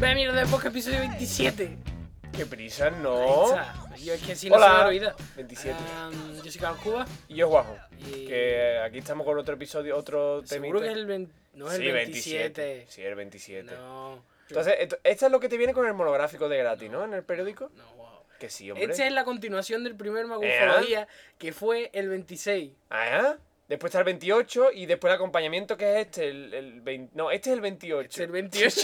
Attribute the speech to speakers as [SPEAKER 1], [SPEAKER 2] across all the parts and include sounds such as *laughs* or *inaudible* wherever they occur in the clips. [SPEAKER 1] de mierda de podcast, episodio 27.
[SPEAKER 2] ¡Qué prisa! ¡No!
[SPEAKER 1] Ahí está. Yo es que si no
[SPEAKER 2] Hola.
[SPEAKER 1] se me olvida.
[SPEAKER 2] 27.
[SPEAKER 1] Am, Um, yo soy Carlos Cuba.
[SPEAKER 2] Y yo, Juanjo.
[SPEAKER 1] Ah, Y-
[SPEAKER 2] Que aquí estamos con otro episodio, otro
[SPEAKER 1] Seguro
[SPEAKER 2] temita.
[SPEAKER 1] que es el, vein- no es
[SPEAKER 2] sí,
[SPEAKER 1] el 27.
[SPEAKER 2] Sí, el 27.
[SPEAKER 1] No.
[SPEAKER 2] Entonces, esto, esto es lo que te viene con el monográfico de gratis, ¿no? En el periódico.
[SPEAKER 1] No, wow.
[SPEAKER 2] Que sí, hombre. ¿Eh?
[SPEAKER 1] Esta Este es la continuación del primer Magufología, que fue el 26.
[SPEAKER 2] Ah, Después está el 28 y después el acompañamiento que es este, el, el 20 No, este es el 28.
[SPEAKER 1] Es el *laughs* 28.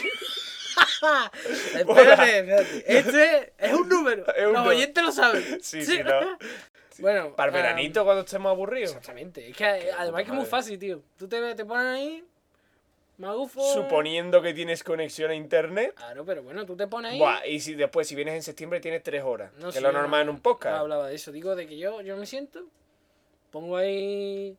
[SPEAKER 2] *laughs* Hola.
[SPEAKER 1] espérate, espérate. Este es un número.
[SPEAKER 2] Es
[SPEAKER 1] Los
[SPEAKER 2] un número.
[SPEAKER 1] oyentes lo saben.
[SPEAKER 2] *laughs* Sí, sí, no.
[SPEAKER 1] *laughs* Bueno.
[SPEAKER 2] Para el
[SPEAKER 1] am,
[SPEAKER 2] veranito, cuando estemos aburridos.
[SPEAKER 1] Exactamente. Es que eh, además que es muy
[SPEAKER 2] madre.
[SPEAKER 1] fácil, tío. Tú te, te pones ahí. Magufo.
[SPEAKER 2] Suponiendo que tienes conexión a internet.
[SPEAKER 1] Claro, pero bueno, tú te pones ahí.
[SPEAKER 2] Buah, y si después, si vienes en septiembre, tienes tres horas. que
[SPEAKER 1] sé,
[SPEAKER 2] es lo normal en un podcast.
[SPEAKER 1] No hablaba de eso. Digo de que yo, yo me siento. Pongo ahí.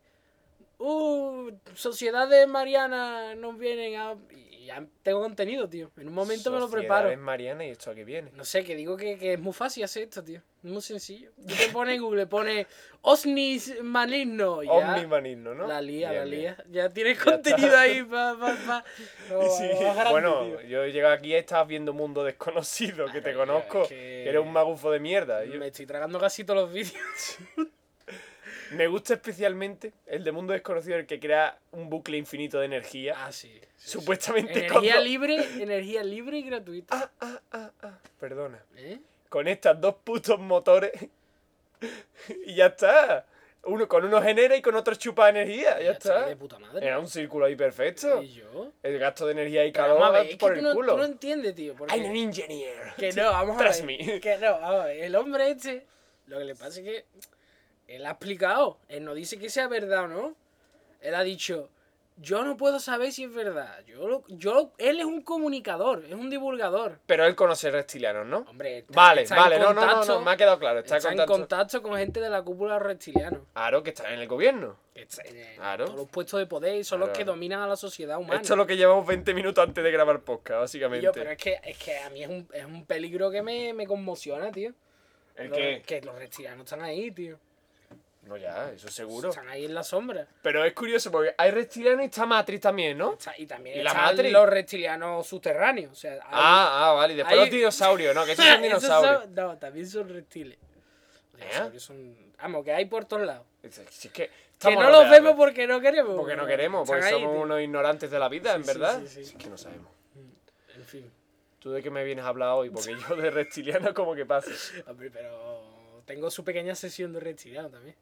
[SPEAKER 1] Uh, sociedades marianas nos vienen a. Y ya tengo contenido, tío. En un momento me lo preparo.
[SPEAKER 2] Es Mariana y esto aquí viene.
[SPEAKER 1] No sé, que digo que, que es muy fácil hacer esto, tío. Es muy sencillo. Tú te pones en Google, pones OSNIS maligno. y ya
[SPEAKER 2] Omnimanismo, ¿no?
[SPEAKER 1] La lía,
[SPEAKER 2] Bien,
[SPEAKER 1] la
[SPEAKER 2] bien.
[SPEAKER 1] lía. Ya tienes
[SPEAKER 2] Ya
[SPEAKER 1] contenido
[SPEAKER 2] está.
[SPEAKER 1] ahí para. Pa, pa. No,
[SPEAKER 2] *laughs* Sí,
[SPEAKER 1] más grande,
[SPEAKER 2] bueno,
[SPEAKER 1] tío.
[SPEAKER 2] yo he llegado aquí y estás viendo Mundo Desconocido, que te
[SPEAKER 1] Claro, ya,
[SPEAKER 2] conozco.
[SPEAKER 1] es que-
[SPEAKER 2] que Eres un magufo de mierda. Yo-
[SPEAKER 1] Me
[SPEAKER 2] Me...
[SPEAKER 1] estoy tragando casi todos los vídeos. *laughs*
[SPEAKER 2] gusta especialmente el de Mundo Desconocido, el que crea un bucle infinito de energía.
[SPEAKER 1] Ah, sí. sí, sí.
[SPEAKER 2] supuestamente
[SPEAKER 1] Energía
[SPEAKER 2] cuando-
[SPEAKER 1] libre, energía libre y gratuita.
[SPEAKER 2] Ah, ah, ah, ah, Perdona.
[SPEAKER 1] ¿Eh?
[SPEAKER 2] Conectas dos putos motores *laughs* y ya está. Uno, con uno genera y con otro chupa energía. Ya, está.
[SPEAKER 1] De puta madre.
[SPEAKER 2] Era un círculo ahí perfecto.
[SPEAKER 1] ¿Y yo?
[SPEAKER 2] El gasto de energía y
[SPEAKER 1] Pero
[SPEAKER 2] calor
[SPEAKER 1] vamos a ver,
[SPEAKER 2] va
[SPEAKER 1] es que
[SPEAKER 2] por
[SPEAKER 1] tú
[SPEAKER 2] el
[SPEAKER 1] no,
[SPEAKER 2] culo.
[SPEAKER 1] tú no entiendes, tío. Porque...
[SPEAKER 2] I'm an engineer.
[SPEAKER 1] Que no, vamos a
[SPEAKER 2] Trust
[SPEAKER 1] ver.
[SPEAKER 2] me.
[SPEAKER 1] Que no, vamos a ver. El hombre este, lo que le pasa es que él ha explicado. Él no dice que sea verdad o no. Él ha dicho, yo no puedo saber si es verdad. Yo, lo- yo, lo- él es un comunicador, es un divulgador.
[SPEAKER 2] Pero él conoce reptilianos, ¿no?
[SPEAKER 1] Hombre, está-
[SPEAKER 2] Vale,
[SPEAKER 1] está en
[SPEAKER 2] vale, no, no, no,
[SPEAKER 1] contacto-
[SPEAKER 2] no, me ha quedado claro.
[SPEAKER 1] está,
[SPEAKER 2] Está,
[SPEAKER 1] en
[SPEAKER 2] contacto.
[SPEAKER 1] contacto con gente de la cúpula reptiliana.
[SPEAKER 2] Claro, que está en el gobierno.
[SPEAKER 1] que está en- en
[SPEAKER 2] Claro.
[SPEAKER 1] Todos los puestos de poder y son los
[SPEAKER 2] Claro.
[SPEAKER 1] que dominan a la sociedad humana.
[SPEAKER 2] Esto es lo que llevamos 20 minutos antes de grabar podcast,
[SPEAKER 1] Y
[SPEAKER 2] básicamente.
[SPEAKER 1] yo, pero es que, es que a mí es un, es un peligro que me, me conmociona, tío.
[SPEAKER 2] ¿El
[SPEAKER 1] Lo-
[SPEAKER 2] qué?
[SPEAKER 1] Que los reptilianos están ahí, tío.
[SPEAKER 2] No, ya, eso seguro.
[SPEAKER 1] Están ahí en la sombra.
[SPEAKER 2] Pero es curioso porque hay reptilianos y está Matrix también, ¿no?
[SPEAKER 1] Está- y también
[SPEAKER 2] ¿Y la
[SPEAKER 1] están
[SPEAKER 2] Matrix?
[SPEAKER 1] los reptilianos subterráneos. O sea, hay-
[SPEAKER 2] Ah, ah, vale. Y después
[SPEAKER 1] Ahí-
[SPEAKER 2] los
[SPEAKER 1] *laughs*
[SPEAKER 2] dinosaurios, ¿no? Que esos
[SPEAKER 1] esos son-
[SPEAKER 2] son dinosaurios.
[SPEAKER 1] no, también son reptiles. Los
[SPEAKER 2] ¿Eh?
[SPEAKER 1] dinosaurios son. Vamos, que hay por todos lados.
[SPEAKER 2] Si es que,
[SPEAKER 1] Que
[SPEAKER 2] estamos
[SPEAKER 1] no los
[SPEAKER 2] rodeados.
[SPEAKER 1] vemos porque no queremos.
[SPEAKER 2] Porque no queremos,
[SPEAKER 1] Están
[SPEAKER 2] porque
[SPEAKER 1] ahí,
[SPEAKER 2] somos
[SPEAKER 1] tío.
[SPEAKER 2] unos ignorantes de la vida,
[SPEAKER 1] Sí,
[SPEAKER 2] en
[SPEAKER 1] sí,
[SPEAKER 2] verdad.
[SPEAKER 1] sí, sí.
[SPEAKER 2] Si es que no sabemos.
[SPEAKER 1] En fin.
[SPEAKER 2] ¿Tú de qué me vienes a hablar hoy? Porque yo de reptiliano como que pasa.
[SPEAKER 1] Hombre, pero tengo su pequeña sesión de reptiliano también.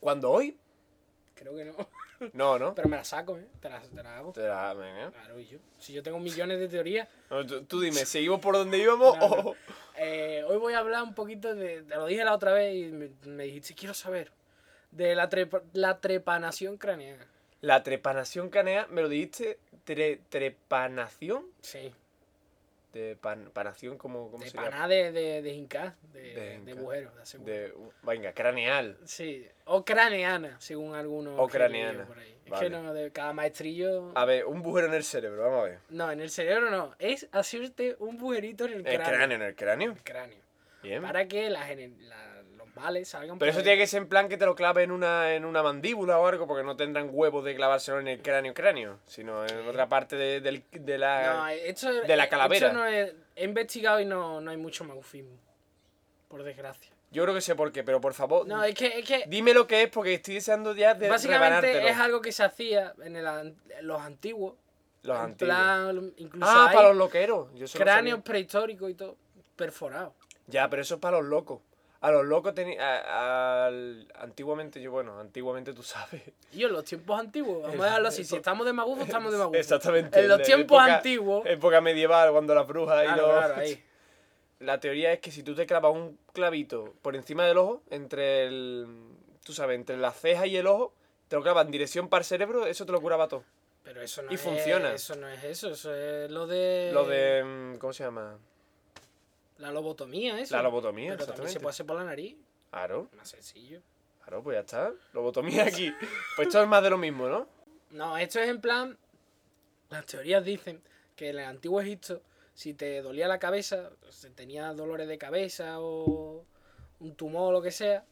[SPEAKER 2] ¿Cuándo hoy?
[SPEAKER 1] Creo que no.
[SPEAKER 2] No, ¿no?
[SPEAKER 1] Pero me la saco, ¿eh? Te la, te la hago.
[SPEAKER 2] Te la- venga.
[SPEAKER 1] Claro, y yo. Si yo tengo millones de teorías.
[SPEAKER 2] No, tú, tú dime, ¿seguimos por donde íbamos
[SPEAKER 1] No,
[SPEAKER 2] o...?
[SPEAKER 1] no. Eh, hoy voy a hablar un poquito de. Te lo dije la otra vez y me, me dijiste, quiero saber. De la, trepa- la trepanación craneana.
[SPEAKER 2] La trepanación canea, me lo dijiste, tre- trepanación,
[SPEAKER 1] Sí.
[SPEAKER 2] de pan- panación como ¿cómo
[SPEAKER 1] De
[SPEAKER 2] se llama?
[SPEAKER 1] paná de, de, de hincar, de,
[SPEAKER 2] De
[SPEAKER 1] de
[SPEAKER 2] hincar.
[SPEAKER 1] agujero, de hacer agujero.
[SPEAKER 2] De, venga, craneal.
[SPEAKER 1] Sí. O craneana, según algunos.
[SPEAKER 2] O
[SPEAKER 1] que he leído
[SPEAKER 2] craneana,
[SPEAKER 1] por ahí. Es
[SPEAKER 2] vale.
[SPEAKER 1] que no, de cada maestrillo.
[SPEAKER 2] A ver, un bujero en el cerebro, vamos a ver.
[SPEAKER 1] No, en el cerebro no. Es hacerte un bujerito en el
[SPEAKER 2] El
[SPEAKER 1] cráneo.
[SPEAKER 2] cráneo, en el cráneo.
[SPEAKER 1] El cráneo.
[SPEAKER 2] Bien.
[SPEAKER 1] Para que las gener- la- los males salgan
[SPEAKER 2] Pero eso tiene que ser en plan que te lo clave en una, en una mandíbula o algo, porque no tendrán huevos de clavárselo en el cráneo cráneo, sino en otra parte de, del- de
[SPEAKER 1] No,
[SPEAKER 2] la...
[SPEAKER 1] esto,
[SPEAKER 2] Ah, de la calavera.
[SPEAKER 1] esto no es- he investigado y no, no hay mucho magufismo. Por desgracia.
[SPEAKER 2] Yo creo que sé por qué, pero por favor,
[SPEAKER 1] No, es que, es que
[SPEAKER 2] dime lo que es, porque estoy deseando ya de rebanártelo.
[SPEAKER 1] básicamente es algo que se hacía en el an- los antiguos.
[SPEAKER 2] Los
[SPEAKER 1] en
[SPEAKER 2] antiguos.
[SPEAKER 1] plan, incluso
[SPEAKER 2] Ah,
[SPEAKER 1] hay
[SPEAKER 2] para los loqueros. Yo eso no
[SPEAKER 1] cráneos prehistóricos y todo perforados.
[SPEAKER 2] Ya, pero eso es para los locos. A los locos tenía. Antiguamente, yo, bueno, antiguamente
[SPEAKER 1] *laughs*
[SPEAKER 2] tú sabes.
[SPEAKER 1] Y en los tiempos antiguos, vamos a dejarlo así, si estamos de magufo, estamos de magufo.
[SPEAKER 2] Exactamente.
[SPEAKER 1] En los
[SPEAKER 2] la
[SPEAKER 1] tiempos
[SPEAKER 2] época-
[SPEAKER 1] antiguos.
[SPEAKER 2] Época medieval, cuando las brujas y
[SPEAKER 1] Claro,
[SPEAKER 2] los.
[SPEAKER 1] claro, ahí.
[SPEAKER 2] *laughs* La teoría es que si tú te clavas un clavito por encima del ojo, entre el. Tú sabes, entre la ceja y el ojo, te lo clavas en dirección para el cerebro, eso te lo curaba todo.
[SPEAKER 1] Pero eso no
[SPEAKER 2] Y
[SPEAKER 1] es,
[SPEAKER 2] funciona.
[SPEAKER 1] Eso no es eso, eso es lo de.
[SPEAKER 2] Lo de. mm, ¿Cómo se llama?
[SPEAKER 1] La lobotomía, eso.
[SPEAKER 2] La lobotomía,
[SPEAKER 1] Pero también se
[SPEAKER 2] exactamente.
[SPEAKER 1] puede hacer por la nariz,
[SPEAKER 2] Claro,
[SPEAKER 1] más sencillo.
[SPEAKER 2] claro, pues ya está. Lobotomía aquí. Pues esto es más de lo mismo, ¿no?
[SPEAKER 1] No, esto es en plan. Las teorías dicen que en el antiguo Egipto, si te dolía la cabeza, si tenías dolores de cabeza o un tumor o lo que sea,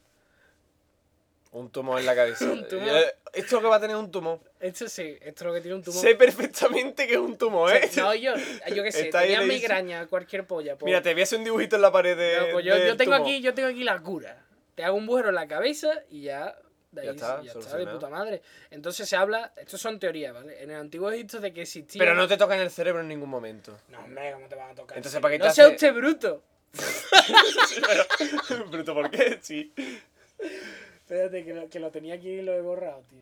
[SPEAKER 2] Un tumor en la cabeza.
[SPEAKER 1] *laughs* Un tumor.
[SPEAKER 2] Eh, Esto es lo que va a tener un tumor.
[SPEAKER 1] Esto sí, esto es lo que tiene un tumor.
[SPEAKER 2] Sé perfectamente que es un tumor, ¿eh?
[SPEAKER 1] No, yo, yo qué sé,
[SPEAKER 2] Está ahí
[SPEAKER 1] tenía
[SPEAKER 2] le dice-
[SPEAKER 1] migraña, cualquier polla. po.
[SPEAKER 2] *laughs* Mira, te voy a hacer un dibujito en la pared de.
[SPEAKER 1] No, pues yo,
[SPEAKER 2] del
[SPEAKER 1] yo tengo
[SPEAKER 2] tumor.
[SPEAKER 1] aquí, yo tengo aquí la cura. Te hago un bujero en la cabeza y ya. De ahí, ya
[SPEAKER 2] Ya está,
[SPEAKER 1] está, de
[SPEAKER 2] solucionado.
[SPEAKER 1] puta madre. Entonces se habla, esto son teorías, ¿vale? En el antiguo Egipto de que existía.
[SPEAKER 2] Pero no te toca en el cerebro en ningún momento.
[SPEAKER 1] No, hombre, ¿cómo te van a tocar?
[SPEAKER 2] Entonces, ¿para qué
[SPEAKER 1] no
[SPEAKER 2] te
[SPEAKER 1] sea
[SPEAKER 2] hace-
[SPEAKER 1] usted bruto.
[SPEAKER 2] *laughs* Bruto, ¿por qué? Sí.
[SPEAKER 1] Espérate, que lo, que lo tenía aquí y lo he borrado, tío.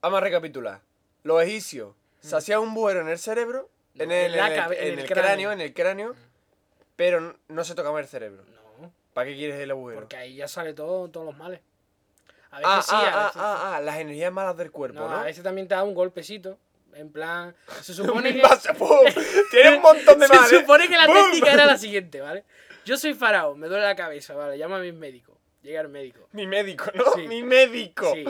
[SPEAKER 2] Vamos a recapitular. Los egipcios se hacían un bujero en el cerebro,
[SPEAKER 1] Mm. No,
[SPEAKER 2] en, el,
[SPEAKER 1] en Mm. la
[SPEAKER 2] en el-
[SPEAKER 1] cabe-
[SPEAKER 2] en el cráneo, en el cráneo, pero n- no se tocaba el cerebro.
[SPEAKER 1] No,
[SPEAKER 2] ¿Para qué quieres el agujero?
[SPEAKER 1] porque ahí ya sale todo, todos los males. A veces
[SPEAKER 2] ah,
[SPEAKER 1] sí,
[SPEAKER 2] ah,
[SPEAKER 1] a
[SPEAKER 2] ah,
[SPEAKER 1] veces.
[SPEAKER 2] ah, ah, las energías malas del cuerpo,
[SPEAKER 1] no,
[SPEAKER 2] ¿no?
[SPEAKER 1] a veces también te da un golpecito. En plan, se
[SPEAKER 2] *laughs* Un
[SPEAKER 1] supone que. *laughs*
[SPEAKER 2] pase, *laughs* ¡pum! Tiene un montón de
[SPEAKER 1] Se
[SPEAKER 2] males.
[SPEAKER 1] supone que la
[SPEAKER 2] ¡Bum!
[SPEAKER 1] técnica era la siguiente, ¿vale? Yo soy faraón, me duele la cabeza, ¿vale? Llama a mi médico. Llega el médico.
[SPEAKER 2] *laughs* Mi médico, ¿no?
[SPEAKER 1] Sí.
[SPEAKER 2] Mi médico.
[SPEAKER 1] Sí.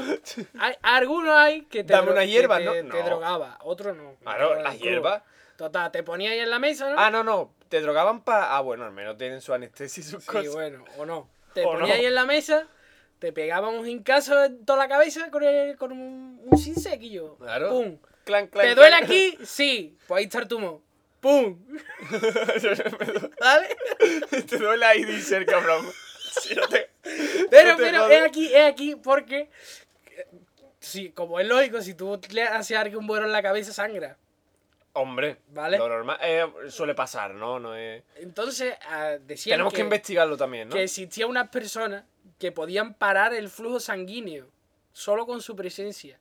[SPEAKER 1] Hay, algunos hay que te,
[SPEAKER 2] Dame
[SPEAKER 1] dro-
[SPEAKER 2] una
[SPEAKER 1] que
[SPEAKER 2] hierba,
[SPEAKER 1] te-
[SPEAKER 2] ¿no?
[SPEAKER 1] te
[SPEAKER 2] No.
[SPEAKER 1] drogaba, otros no.
[SPEAKER 2] Claro,
[SPEAKER 1] Era
[SPEAKER 2] las
[SPEAKER 1] crudo.
[SPEAKER 2] hierbas.
[SPEAKER 1] Total, te ponía ahí en la mesa, ¿no?
[SPEAKER 2] Ah, no, no. Te drogaban para. Ah, bueno, al menos tienen su anestesia y sus
[SPEAKER 1] sí,
[SPEAKER 2] cosas.
[SPEAKER 1] bueno, o no. Te
[SPEAKER 2] O
[SPEAKER 1] ponía
[SPEAKER 2] no.
[SPEAKER 1] ahí en la mesa, te pegaban un jincazo en toda la cabeza con, el- con un, un sinsequillo.
[SPEAKER 2] Claro.
[SPEAKER 1] Pum.
[SPEAKER 2] Clan, clan,
[SPEAKER 1] ¿Te duele
[SPEAKER 2] clan.
[SPEAKER 1] aquí? Sí. Pues ahí está el tumor. Pum. ¿Vale?
[SPEAKER 2] *laughs* te duele ahí de
[SPEAKER 1] *laughs*
[SPEAKER 2] cerca, cabrón. Sí, no te-
[SPEAKER 1] Pero,
[SPEAKER 2] *laughs* no te
[SPEAKER 1] pero,
[SPEAKER 2] jodas.
[SPEAKER 1] es aquí, es aquí, porque. eh, Sí, como es lógico, si tú le haces a alguien un vuelo en la cabeza, sangra.
[SPEAKER 2] Hombre,
[SPEAKER 1] Vale.
[SPEAKER 2] lo normal eh, suele pasar, ¿no? no es...
[SPEAKER 1] Entonces, ah, decían
[SPEAKER 2] Tenemos que,
[SPEAKER 1] que,
[SPEAKER 2] investigarlo también, ¿no? *laughs*
[SPEAKER 1] que existía unas personas que podían parar el flujo sanguíneo solo con su presencia.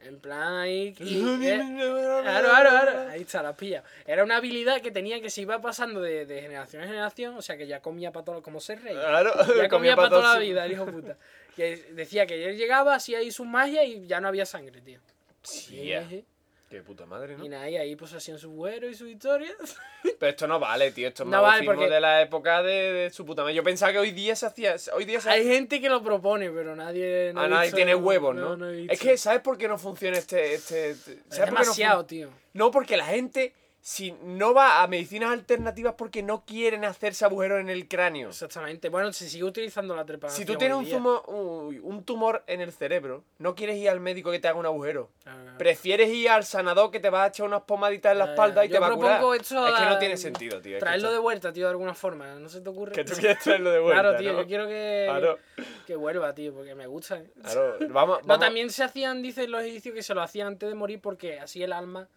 [SPEAKER 1] En plan ahí. y- eh, Claro, claro, claro. Ahí está, la pilla. Era una habilidad que tenía que se iba pasando de, de generación en generación. O sea, que ya comía para todo, como ser rey.
[SPEAKER 2] Claro, *laughs*
[SPEAKER 1] Ya comía para toda la
[SPEAKER 2] su-
[SPEAKER 1] vida, el hijo puta. Que decía que él llegaba, hacía ahí sus magias y ya no había sangre, tío.
[SPEAKER 2] Sí,
[SPEAKER 1] Y-
[SPEAKER 2] ya. Qué puta madre,
[SPEAKER 1] Y
[SPEAKER 2] ¿no?
[SPEAKER 1] nada, y ahí pues hacían su güero y su historia.
[SPEAKER 2] Pero esto no vale, tío. Esto es
[SPEAKER 1] No
[SPEAKER 2] no
[SPEAKER 1] vale, porque-
[SPEAKER 2] de la época de, de su puta madre. Yo pensaba que hoy día se hacía. Hoy día se
[SPEAKER 1] Hay gente que lo propone, pero nadie... no
[SPEAKER 2] A
[SPEAKER 1] he
[SPEAKER 2] Ah, nadie
[SPEAKER 1] visto-
[SPEAKER 2] tiene huevos, ¿no?
[SPEAKER 1] he
[SPEAKER 2] es
[SPEAKER 1] visto.
[SPEAKER 2] que, ¿sabes por qué no funciona este. este, este-
[SPEAKER 1] Es
[SPEAKER 2] ¿sabes por qué no
[SPEAKER 1] demasiado,
[SPEAKER 2] fun-
[SPEAKER 1] tío.
[SPEAKER 2] no, porque la gente, si no va a medicinas alternativas, porque no quieren hacerse agujeros en el cráneo.
[SPEAKER 1] Exactamente. Bueno, se sigue utilizando la trepa.
[SPEAKER 2] si tú tienes un, zumo- uy, un tumor en el cerebro, no quieres ir al médico que te haga un agujero.
[SPEAKER 1] Ah,
[SPEAKER 2] Prefieres ir al sanador que te va a echar unas pomaditas en la
[SPEAKER 1] Ya,
[SPEAKER 2] espalda y
[SPEAKER 1] yo
[SPEAKER 2] te va a curar.
[SPEAKER 1] propongo esto
[SPEAKER 2] es que no
[SPEAKER 1] a-
[SPEAKER 2] tiene sentido, tío. es que
[SPEAKER 1] Traerlo de
[SPEAKER 2] esto-
[SPEAKER 1] vuelta, tío, de alguna forma. No se te ocurre. *laughs*
[SPEAKER 2] Que tú quieres traerlo de vuelta.
[SPEAKER 1] Claro, tío,
[SPEAKER 2] ¿no?
[SPEAKER 1] yo quiero que...
[SPEAKER 2] Claro,
[SPEAKER 1] que vuelva, tío, porque me gusta, ¿eh?
[SPEAKER 2] claro. Vamos,
[SPEAKER 1] No,
[SPEAKER 2] vamos-
[SPEAKER 1] también se hacían, dicen los egipcios, que se lo hacían antes de morir porque así el alma...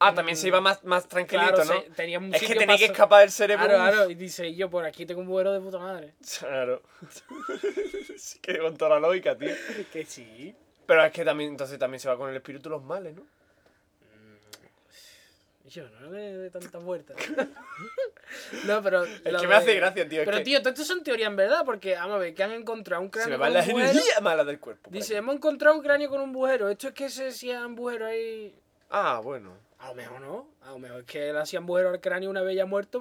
[SPEAKER 2] Ah, también se iba más, más tranquilito,
[SPEAKER 1] mm, Claro,
[SPEAKER 2] ¿no?
[SPEAKER 1] se- tenía un
[SPEAKER 2] Es que
[SPEAKER 1] sitio
[SPEAKER 2] tenía que
[SPEAKER 1] paso-
[SPEAKER 2] escapar del cerebro.
[SPEAKER 1] Claro,
[SPEAKER 2] Uf.
[SPEAKER 1] claro, y dice, y yo por aquí tengo un vuelo de puta madre.
[SPEAKER 2] *laughs* Claro. *laughs* sí que con toda la lógica, tío.
[SPEAKER 1] Que sí.
[SPEAKER 2] Pero es que también, entonces también se va con el espíritu los males, ¿no?
[SPEAKER 1] Yo no le doy tantas vueltas. *laughs* no, pero.
[SPEAKER 2] Es que me hace gracia, tío. es
[SPEAKER 1] Pero,
[SPEAKER 2] que
[SPEAKER 1] tío, todo esto son teorías en verdad, porque, vamos a ver, que han encontrado un cráneo.
[SPEAKER 2] se me
[SPEAKER 1] con
[SPEAKER 2] van las
[SPEAKER 1] un bujero.
[SPEAKER 2] energías malas del cuerpo. por
[SPEAKER 1] Dice,
[SPEAKER 2] aquí.
[SPEAKER 1] hemos encontrado un cráneo con un bujero. Esto es que se hacían bujeros ahí.
[SPEAKER 2] Ah, bueno.
[SPEAKER 1] A lo mejor no. A lo mejor es que le hacían bujero al cráneo una vez ya muerto.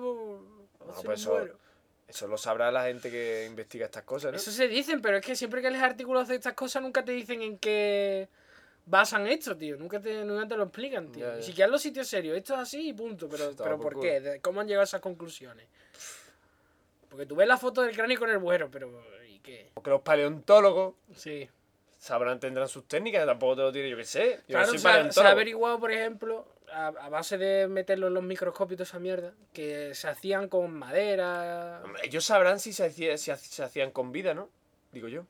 [SPEAKER 1] Pues,
[SPEAKER 2] No,
[SPEAKER 1] hacen
[SPEAKER 2] pues
[SPEAKER 1] un
[SPEAKER 2] eso-
[SPEAKER 1] bujero.
[SPEAKER 2] Eso lo sabrá la gente que investiga estas cosas, ¿no?
[SPEAKER 1] Eso se dicen, pero es que siempre que lees artículos de estas cosas nunca te dicen en qué basan esto, tío. Nunca te, nunca te lo explican, tío.
[SPEAKER 2] Ya, ya.
[SPEAKER 1] Ni siquiera en los sitios serios. Esto es así y punto. Pero,
[SPEAKER 2] Toma
[SPEAKER 1] pero
[SPEAKER 2] por
[SPEAKER 1] ¿por qué? ¿De- ¿Cómo han llegado a esas conclusiones? Porque tú ves la foto del cráneo con el bujero, pero ¿y qué?
[SPEAKER 2] Porque los paleontólogos
[SPEAKER 1] Sí.
[SPEAKER 2] sabrán, tendrán sus técnicas, tampoco te lo tiene, yo qué sé. Yo
[SPEAKER 1] claro,
[SPEAKER 2] no soy
[SPEAKER 1] se ha, se ha
[SPEAKER 2] paleontólogo.
[SPEAKER 1] averiguado, por ejemplo, a, a base de meterlo en los microscopios y toda esa mierda, que se hacían con madera.
[SPEAKER 2] Hombre, Ellos sabrán si se, hacía- si ha- se hacían con vida, ¿no? Digo yo.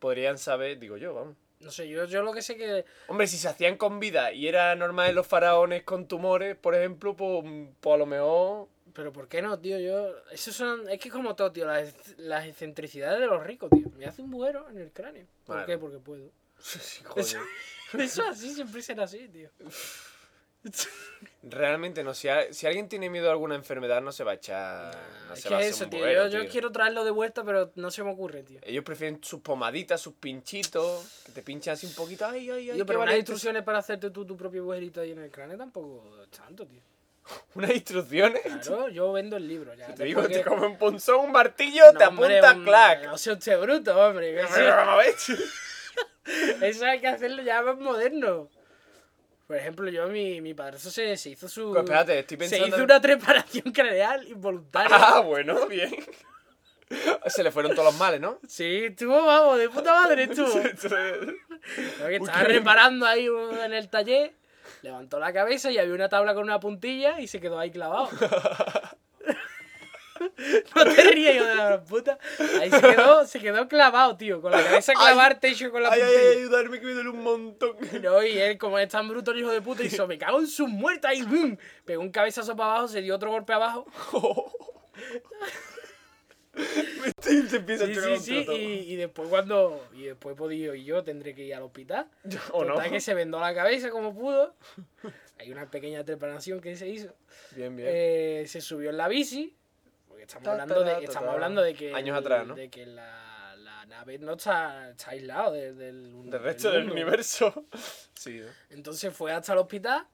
[SPEAKER 2] Podrían saber, digo yo, vamos.
[SPEAKER 1] No sé, yo, yo lo que sé que.
[SPEAKER 2] Hombre, si se hacían con vida y era normal en los faraones con tumores, por ejemplo, pues, pues a lo mejor. *laughs*
[SPEAKER 1] Pero ¿por qué no, tío? Yo. Eso son. Es que es como todo, tío. Las, las excentricidades de los ricos, tío. Me hace un buero en el cráneo. ¿Por
[SPEAKER 2] Bueno.
[SPEAKER 1] qué? Porque puedo. *laughs*
[SPEAKER 2] Sí, joder.
[SPEAKER 1] Eso así siempre será así, tío.
[SPEAKER 2] Realmente no. Si, a- si alguien tiene miedo a alguna enfermedad, no se va a echar. Ah, no
[SPEAKER 1] es
[SPEAKER 2] se
[SPEAKER 1] que
[SPEAKER 2] va a
[SPEAKER 1] es
[SPEAKER 2] hacer
[SPEAKER 1] eso,
[SPEAKER 2] un
[SPEAKER 1] tío.
[SPEAKER 2] bohero,
[SPEAKER 1] yo, yo
[SPEAKER 2] tío.
[SPEAKER 1] quiero traerlo de vuelta, pero no se me ocurre, tío.
[SPEAKER 2] Ellos prefieren sus pomaditas, sus pinchitos, que te pinchan así un poquito. Ay, ay, ay.
[SPEAKER 1] Tío,
[SPEAKER 2] qué
[SPEAKER 1] pero unas
[SPEAKER 2] valiente.
[SPEAKER 1] instrucciones para hacerte tú tu propio bujerito ahí en el cráneo tampoco es tanto, tío.
[SPEAKER 2] *laughs* Unas instrucciones.
[SPEAKER 1] Claro, yo vendo el libro ya.
[SPEAKER 2] Te digo,
[SPEAKER 1] tampoco
[SPEAKER 2] te
[SPEAKER 1] es-
[SPEAKER 2] come un punzón, un martillo, te
[SPEAKER 1] No, hombre,
[SPEAKER 2] apunta
[SPEAKER 1] un- *laughs*
[SPEAKER 2] clac.
[SPEAKER 1] No sea usted bruto, hombre.
[SPEAKER 2] *laughs*
[SPEAKER 1] que
[SPEAKER 2] Pero,
[SPEAKER 1] Eso,
[SPEAKER 2] vamos a ver.
[SPEAKER 1] eso hay que hacerlo ya más moderno. Por ejemplo, yo, mi, mi padre se, se hizo su.
[SPEAKER 2] Pues espérate, estoy
[SPEAKER 1] Mm, Se *laughs*
[SPEAKER 2] pensando.
[SPEAKER 1] hizo una preparación craneal involuntaria.
[SPEAKER 2] Ah, bueno, bien. Se le fueron todos los males, *laughs* ¿no?
[SPEAKER 1] Sí, estuvo, vamos, de puta madre estuvo. Creo que estaba
[SPEAKER 2] qué-
[SPEAKER 1] reparando ahí un- en el taller, levantó la cabeza y había una tabla con una puntilla y se quedó ahí clavado.
[SPEAKER 2] *laughs*
[SPEAKER 1] No te rías, yo de la gran puta. Ahí se quedó, se quedó clavado, tío. Con la cabeza
[SPEAKER 2] Ay.
[SPEAKER 1] clavar techo con la
[SPEAKER 2] ay, ay,
[SPEAKER 1] puntilla.
[SPEAKER 2] ay, ayudarme que me duele un montón. *laughs*
[SPEAKER 1] No, y él, como es tan bruto el hijo de puta, hizo, me cago en sus muertas y ¡bum! Pegó un cabezazo para abajo, se dio otro golpe abajo.
[SPEAKER 2] Me- te, te *laughs* empieza
[SPEAKER 1] Sí,
[SPEAKER 2] a chocar
[SPEAKER 1] sí,
[SPEAKER 2] contra
[SPEAKER 1] sí.
[SPEAKER 2] todo. *laughs*
[SPEAKER 1] Y, y después cuando... Y después podido y yo tendré que ir al hospital.
[SPEAKER 2] ¿O no?
[SPEAKER 1] Total, que se vendó la cabeza como
[SPEAKER 2] *laughs*
[SPEAKER 1] pudo. Hay una pequeña trepanación que se hizo.
[SPEAKER 2] Bien, bien.
[SPEAKER 1] Eh, se subió en la bici. Porque estamos
[SPEAKER 2] Ta, ta,
[SPEAKER 1] hablando
[SPEAKER 2] ta,
[SPEAKER 1] de,
[SPEAKER 2] ta,
[SPEAKER 1] estamos
[SPEAKER 2] ta.
[SPEAKER 1] hablando de que.
[SPEAKER 2] Años atrás, ¿no?
[SPEAKER 1] De que la, la nave no está, está aislado de- del,
[SPEAKER 2] Del resto del
[SPEAKER 1] mundo.
[SPEAKER 2] universo. Sí. ¿no?
[SPEAKER 1] Entonces fue hasta el hospital.